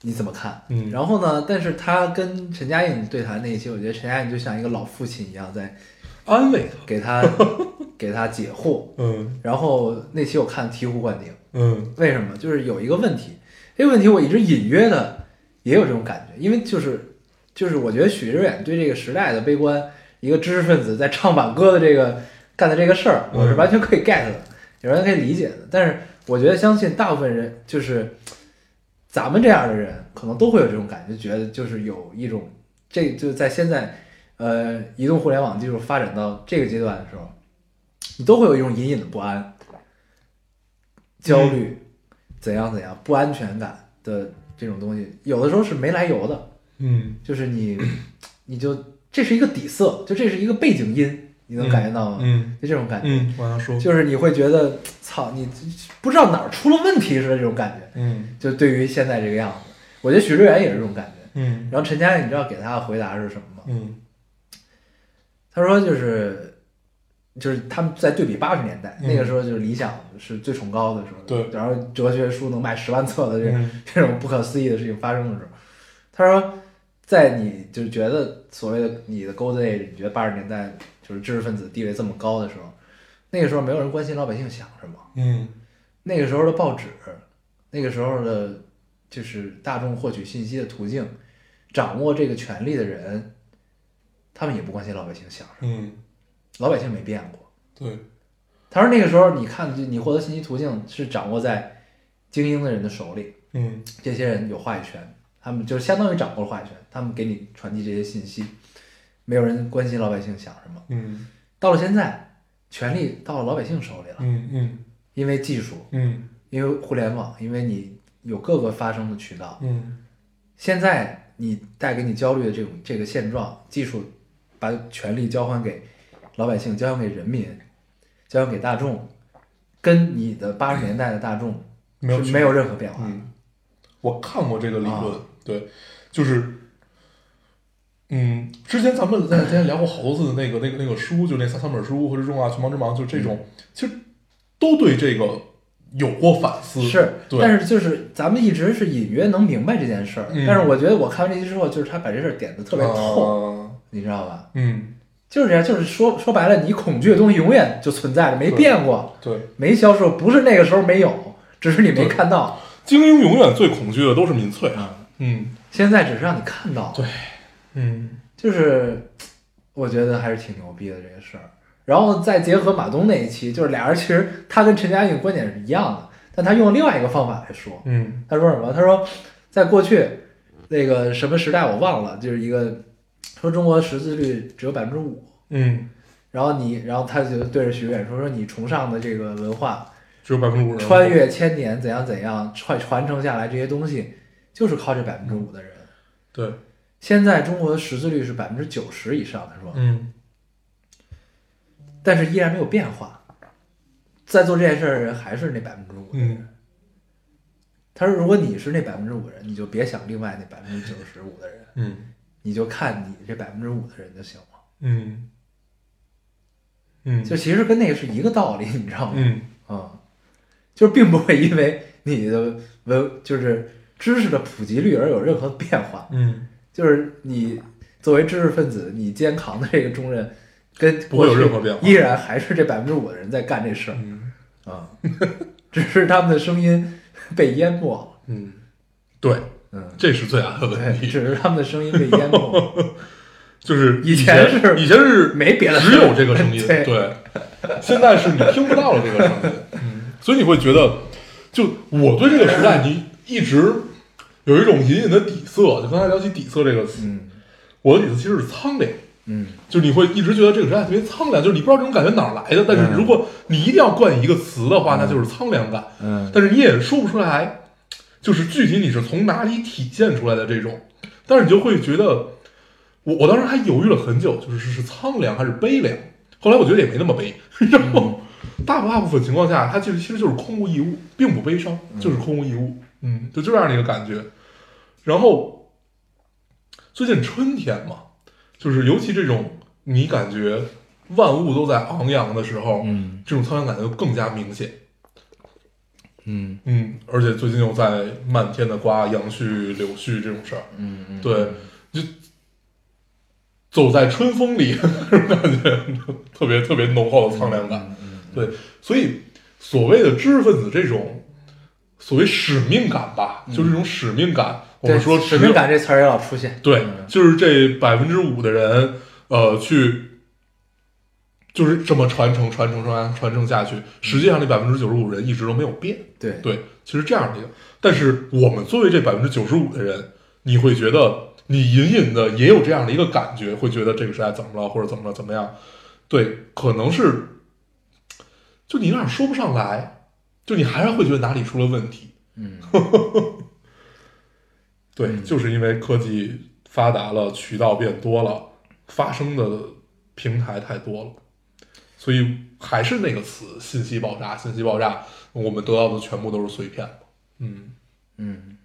你怎么看？
嗯，
然后呢？但是他跟陈嘉映对谈那一期，我觉得陈嘉映就像一个老父亲一样，在
安慰他，
给他给他解惑。
嗯
然后那期我看醍醐灌顶，
嗯
为什么？就是有一个问题，这个问题我一直隐约的也有这种感觉，因为就是就是我觉得许志远对这个时代的悲观，一个知识分子在唱板歌的这个干的这个事儿，
嗯
我是完全可以 get 的，也完全可以理解的。但是我觉得相信大部分人就是咱们这样的人，可能都会有这种感觉，觉得就是有一种这就在现在呃移动互联网技术发展到这个阶段的时候，你都会有一种隐隐的不安、焦虑，
嗯
怎样怎样不安全感的这种东西，有的时候是没来由的，
嗯
就是你 你就这是一个底色，就这是一个背景音，你能感觉到吗？
嗯
就这种感觉，
嗯，往下说，
就是你会觉得操，你不知道哪儿出了问题似的这种感觉，
嗯
就对于现在这个样子，我觉得许志远也是这种感觉。
嗯
然后陈佳，你知道给他的回答是什么吗？
嗯
他说就是，就是他们在对比八十年代、
嗯
那个时候，就是理想是最崇高的时候，
对
然后哲学书能卖十万册的这、
嗯
这种不可思议的事情发生的时候，他说，在你就是觉得所谓的你的 golden age，你觉得八十年代就是知识分子地位这么高的时候，那个时候没有人关心老百姓想什么，
嗯
那个时候的报纸，那个时候的，就是大众获取信息的途径，掌握这个权利的人，他们也不关心老百姓想什么。
嗯，
老百姓没变过。
对，
他说那个时候，你看，就你获得信息途径是掌握在精英的人的手里，
嗯
这些人有话语权，他们就相当于掌握了话语权，他们给你传递这些信息，没有人关心老百姓想什么。
嗯
到了现在，权力到了老百姓手里了，
嗯嗯
因为技术，
嗯
因为互联网，因为你有各个发声的渠道。
嗯
现在你带给你焦虑的这种这个现状，技术把权力交还给老百姓，交还给人民，交还给大众，跟你的八十年代的大众
没有
是没有任何变化。
嗯，我看过这个理论，
啊
对，就是，嗯，之前咱们在之前聊过好多次的那个那个那个书，就那三三本书，或者《中啊、全盲之盲》，就这种，其实都对这个有过反思，
是，
对，
但是就是咱们一直是隐约能明白这件事儿，
嗯
但是我觉得我看完这期之后，就是他把这事儿点的特别透，
啊
你知道吧？
嗯，
就是这样，就是说说白了，你恐惧的东西永远就存在着，没变过，
对，
没消失过，不是那个时候没有，只是你没
对
看到。
精英永远最恐惧的都是民粹，
啊，
嗯
现在只是让你看到了。
嗯
就是我觉得还是挺牛逼的这个事儿。然后再结合马东那一期，就是俩人其实他跟陈嘉映观点是一样的，但他用了另外一个方法来说。
嗯
他说什么？他说在过去那个什么时代我忘了，就是一个说中国识字率只有百分之五，
嗯，
然后你，然后他就对着许愿说说你崇尚的这个文化，
只有百分之五
穿，越千年怎样怎样传传承下来这些东西，就是靠这百分之五的人。
对，
现在中国的识字率是百分之九十以上，他说，
嗯
但是依然没有变化。在做这件事儿的人还是那百分之五的人。
嗯
他说，如果你是那百分之五人，你就别想另外那百分之九十五的人，
嗯
你就看你这百分之五的人就行了。
嗯嗯，
就其实跟那个是一个道理，你知道吗？
嗯
啊、就是并不会因为你的文就是知识的普及率而有任何变化。
嗯，
就是你作为知识分子，你肩扛的这个重任，跟
不会
过
有
去
任何变化
依然还是这百分之五的人在干这事儿。
嗯
啊，只是他们的声音被淹没了。
嗯，对，
嗯，
这是最大的问
对，
题。
只是他们的声音被淹没。
就是
以前
前
是
以前是
没别的
只有这个声音，
对
对，现在是你听不到了这个声 音，嗯，所以你会觉得，就我对这个时代，你一直有一种隐隐的底色。就刚才聊起底色这个词，
嗯
我的底色其实是苍凉，
嗯，
就是你会一直觉得这个时代特别苍凉，就是你不知道这种感觉哪儿来的。但是
嗯
如果你一定要冠以一个词的话，那就是苍凉感，
嗯
但是你也说不出来，就是具体你是从哪里体现出来的这种，但是你就会觉得，我我当时还犹豫了很久，就是是苍凉还是悲凉，后来我觉得也没那么悲，然后大大部分情况下，它其实其实就是空无一物，并不悲伤，就是空无一物，嗯，就这样的一个感觉。然后最近春天嘛，就是尤其这种你感觉万物都在昂扬的时候，
嗯
这种苍凉感就更加明显。
嗯
嗯，而且最近又在漫天的刮杨絮、柳絮这种事儿，
嗯嗯，
对，就走在春风里， 感觉特别特别浓厚的苍凉感。
嗯
对，所以所谓的知识分子这种所谓使命感吧，就是这种使命感。我
嗯对
们说
使
只有
命感这词儿也老出现。
对
嗯，
就是这百分之五的人，呃，去就是这么传承、传承、传承传承下去。实际上，这百分之九十五人一直都没有变。
对，
对，其实这样的一个，但是我们作为这百分之九十五的人，你会觉得你隐隐的也有这样的一个感觉，会觉得这个时代怎么了，或者怎么了怎么样？对，可能是，就你有点说不上来，就你还是会觉得哪里出了问题。
嗯，
对，就是因为科技发达了，渠道变多了，发生的平台太多了，所以还是那个词，信息爆炸，信息爆炸，我们得到的全部都是碎片。嗯。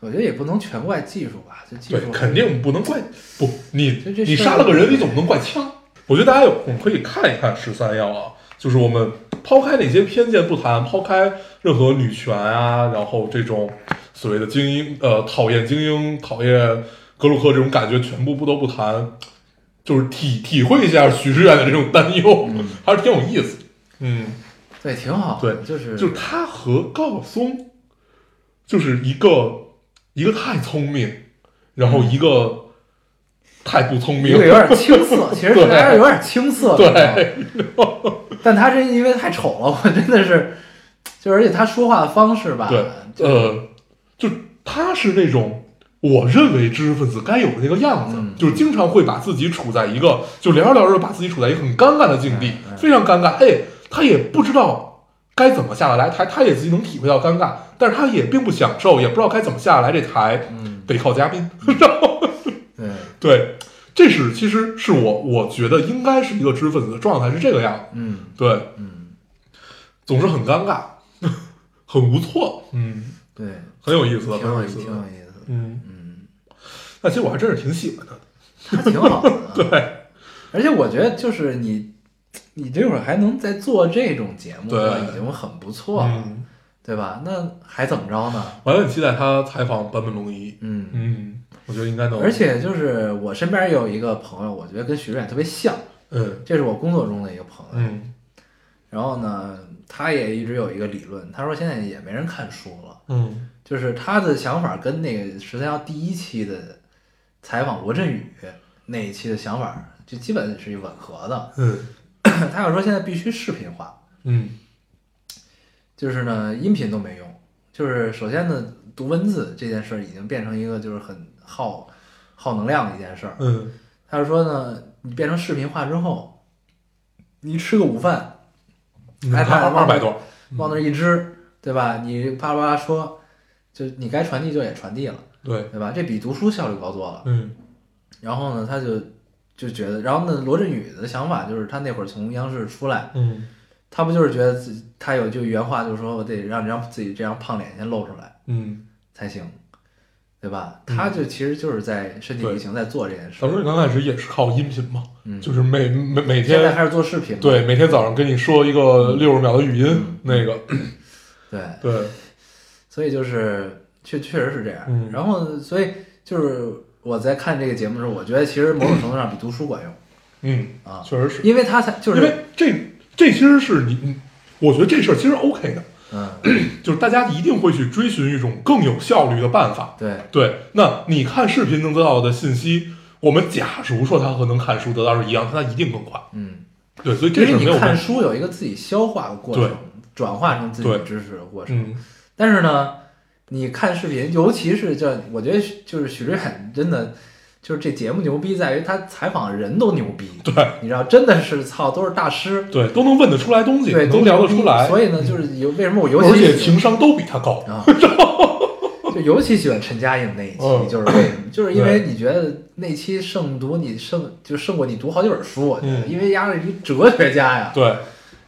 我觉得也不能全怪技术吧，这技
对
术，
肯定不能怪不你
这这
你
事儿
杀了个人，你总不能怪枪。我觉得大家有空可以看一看十三幺啊，就是我们抛开那些偏见不谈，抛开任何女权啊，然后这种所谓的精英呃讨厌精英、讨厌格鲁克这种感觉，全部不都不谈，就是体体会一下许志远的这种担忧，还是挺有意思。嗯，
对，挺好的。
对，
就是
就是他和高晓松，就是一个一个太聪明，然后一个太不聪
一
明
个，有点青涩，其实
对
还是有点青涩。
对
你知道吗，但他这因为太丑了，我真的是，就而且他说话的方式吧，
对，呃，就他是那种我认为知识分子该有的那个样子，
嗯
就是经常会把自己处在一个就聊着聊着把自己处在一个很尴尬的境地，
嗯嗯
非常尴尬。哎，他也不知道该怎么下得来台，他也自己能体会到尴尬，但是他也并不享受，也不知道该怎么下得来这台，
嗯，
得靠嘉宾，然后。
对，
对，这是其实是我我觉得应该是一个知识分子的状态是这个样子，
嗯
对，
嗯，
总是很尴尬， 很无措，嗯，
对，
很有意思，很
挺有
有
意
意
思，
思
挺
的
有，意思的，
嗯，
嗯，
那其实我还真是挺喜欢他的，
他挺好的。
对，
而且我觉得就是你，你这会儿还能再做这种节目，
对
已经很不错了，
嗯，
对吧？那还怎么着呢？
我还很期待他采访坂本龙一，
嗯，
嗯，我觉得应该能，
而，且就是我身边也有一个朋友，我觉得跟徐远特别像，
嗯
这是我工作中的一个朋友。
嗯
然后呢，他也一直有一个理论，他说现在也没人看书了，
嗯
就是他的想法跟那个十三幺第一期的采访罗振宇那一期的想法就基本是吻合的。
嗯
他要说现在必须视频化，
嗯
就是呢，音频都没用。就是首先呢，读文字这件事儿已经变成一个就是很耗耗能量的一件事儿。
嗯
他就说呢，你变成视频化之后，你吃个午饭，
嗯，
哎
他
他
二百多，
往那儿一支，对吧？你啪啪啪说，就你该传递就也传递了，
对，
对吧？这比读书效率高多了。
嗯
然后呢，他就就觉得，然后呢，罗振宇的想法就是，他那会儿从央视出来，
嗯
他不就是觉得自己，他有句原话，就是说我得让让自己这张胖脸先露出来。
嗯，
才行，对吧？他就其实就是在身体力行在做这件事
小时。候你刚开始也是靠音频嘛，
嗯
就是每每每
现在
天。
开始做视频了，
对，每天早上跟你说一个六十秒的语音，
嗯
那个，
对，
对，
所以就是确确实是这样。
嗯
然后，所以就是我在看这个节目的时候，我觉得其实某种程度上比读书管用，
嗯
啊
确实是，
因为他才就
因为
是
这这其实是你，你我觉得这事儿其实 OK 的，
嗯，
就是大家一定会去追寻一种更有效率的办法。
对，
对，那你看视频能得到的信息，我们假如说它和能看书得到是一样，它一定更快。
嗯，
对，所以这
因
是
为
没有
你
问
看
题。
书有一个自己消化的过
对
程，转化成自己的
对
知识的过程。
嗯，
但是呢，你看视频，尤其是这，我觉得就是许志远真的就是这节目牛逼在于他采访人都牛逼，
对
你知道，真的是操都是大师，
对，都能问得出来东西，
对，都
能聊得
牛逼
出来，嗯
所以呢，就是有为什么我尤
而
其
且
喜
情商都比他高。
啊，就尤其喜欢陈嘉映那一期，
嗯
就是为什 么？就是因为
对
你觉得那期胜读你胜就胜过你读好几本书，我觉得，
嗯
因为丫是一哲学家呀，
对，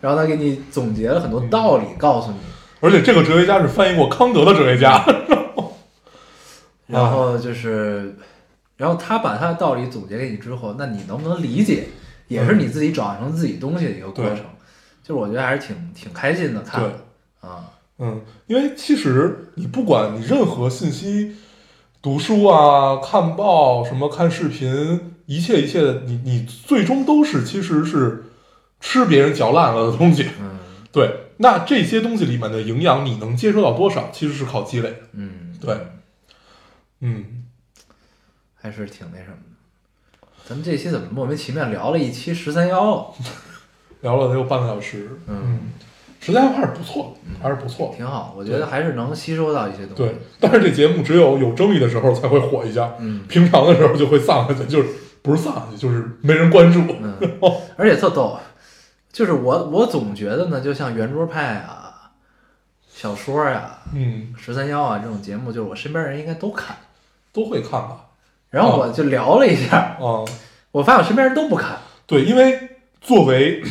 然后他给你总结了很多道理，告诉你。
而且这个哲学家是翻译过康德的哲学家。
嗯
嗯
然后就是，然后他把他的道理总结给你之后，那你能不能理解，也是你自己转化成自己东西的一个过
对
程。就是我觉得还是挺挺开心的看
嗯对
的啊，
嗯，因为其实你不管你任何信息，读书啊、看报什么、看视频，一切一切的，你你最终都是其实是吃别人嚼烂了的东西。
嗯
对，那这些东西里面的营养你能接收到多少，其实是靠积累的。
嗯，
对，嗯，
还是挺那什么的。咱们这期怎么莫名其妙聊了一期十三幺？
聊了得有半个小时，
嗯，
实在还是不错，还是不错。
挺好，我觉得还是能吸收到一些东西。
对，但是这节目只有有争议的时候才会火一下，
嗯
平常的时候就会丧下去， 就是不是丧下去，就是没人关注。
嗯，而且特逗，就是我我总觉得呢，就像圆桌派啊、小说呀、
嗯，
十三幺啊这种节目，就是我身边人应该都看。
都会看吧？
然后我就聊了一下，
啊、
我发现我身边人都不看。
对，因为作为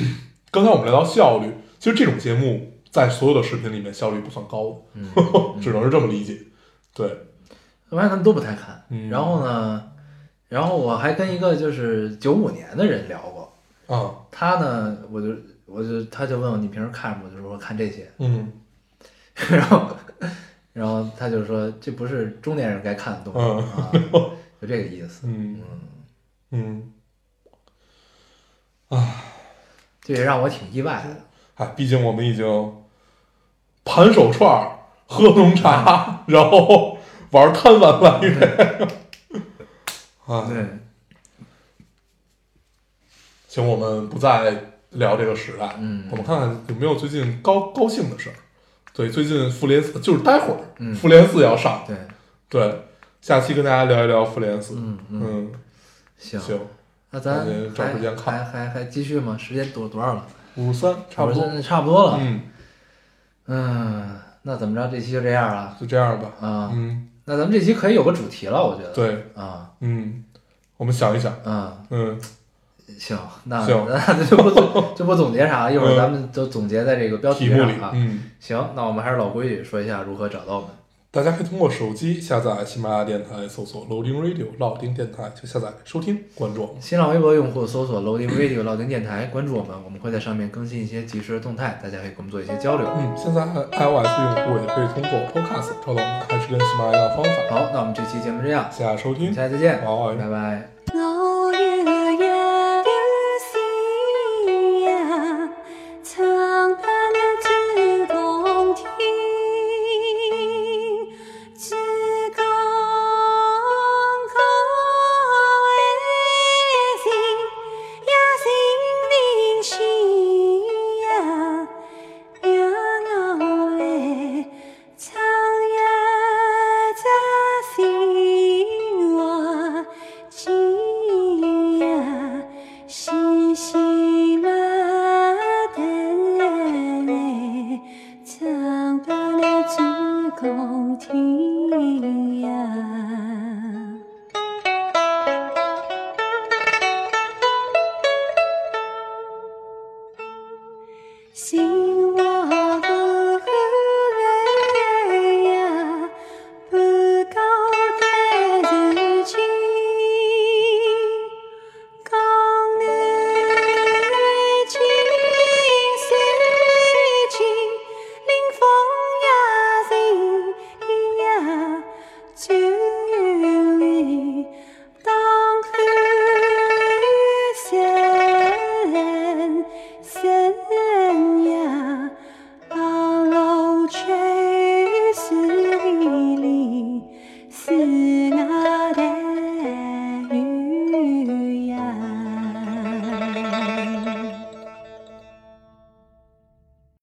刚才我们聊到效率，其实这种节目在所有的视频里面效率不算高
嗯，
的，只能是这么理解。对，
我发现他们都不太看。
嗯
然后呢，然后我还跟一个就是九五年的人聊过，
啊，
他呢，我就我就他就问我你平时看什么，我就说我看这些，
嗯
然后然后他就说这不是中年人该看的东西啊，就这个意思。
嗯嗯，
这也让我挺意外的。
哎，毕竟我们已经盘手串儿、喝浓茶， 然后玩贪玩玩乐。 嗯啊，
对，
行，我们不再聊这个时代，
嗯
我们看看有没有最近高高兴的事儿。对，最近复联四就是待会儿，
嗯
复联四要上，
对，
对，下期跟大家聊一聊复联四。
嗯嗯，
嗯，
行，
行，
那咱
那就找
还
时间
还
看
还还继续吗？时间多多少了？
五十三差不
我说
多，
那差不多了。
嗯，
嗯，那怎么着？这期就这样了
就这样吧。
啊、
嗯，
那咱们这期可以有个主题了，我觉得。。
对，
啊、
嗯，我们想一想，
嗯，
嗯，
行，那
行
那就不总就不总结啥了，一会儿
嗯
咱们都总结在这个标
题
上
目里，
啊。
嗯，
行，那我们还是老规矩，说一下如何找到我们。
大家可以通过手机下载喜马拉雅电台，搜索 Loading Radio 老丁电台就下载收听关注我们。
新浪微博用户搜索 Loading Radio 老丁电台，关注我们，我们会在上面更新一些即时的动态，大家可以跟我们做一些交流。
嗯，现在 iOS 用户也可以通过 Podcast 找到我们，还是跟喜马拉雅的方法。
好，那我们这期节目这样，
谢谢大家收
我
听
们，下期再见，
好，拜拜
拜拜。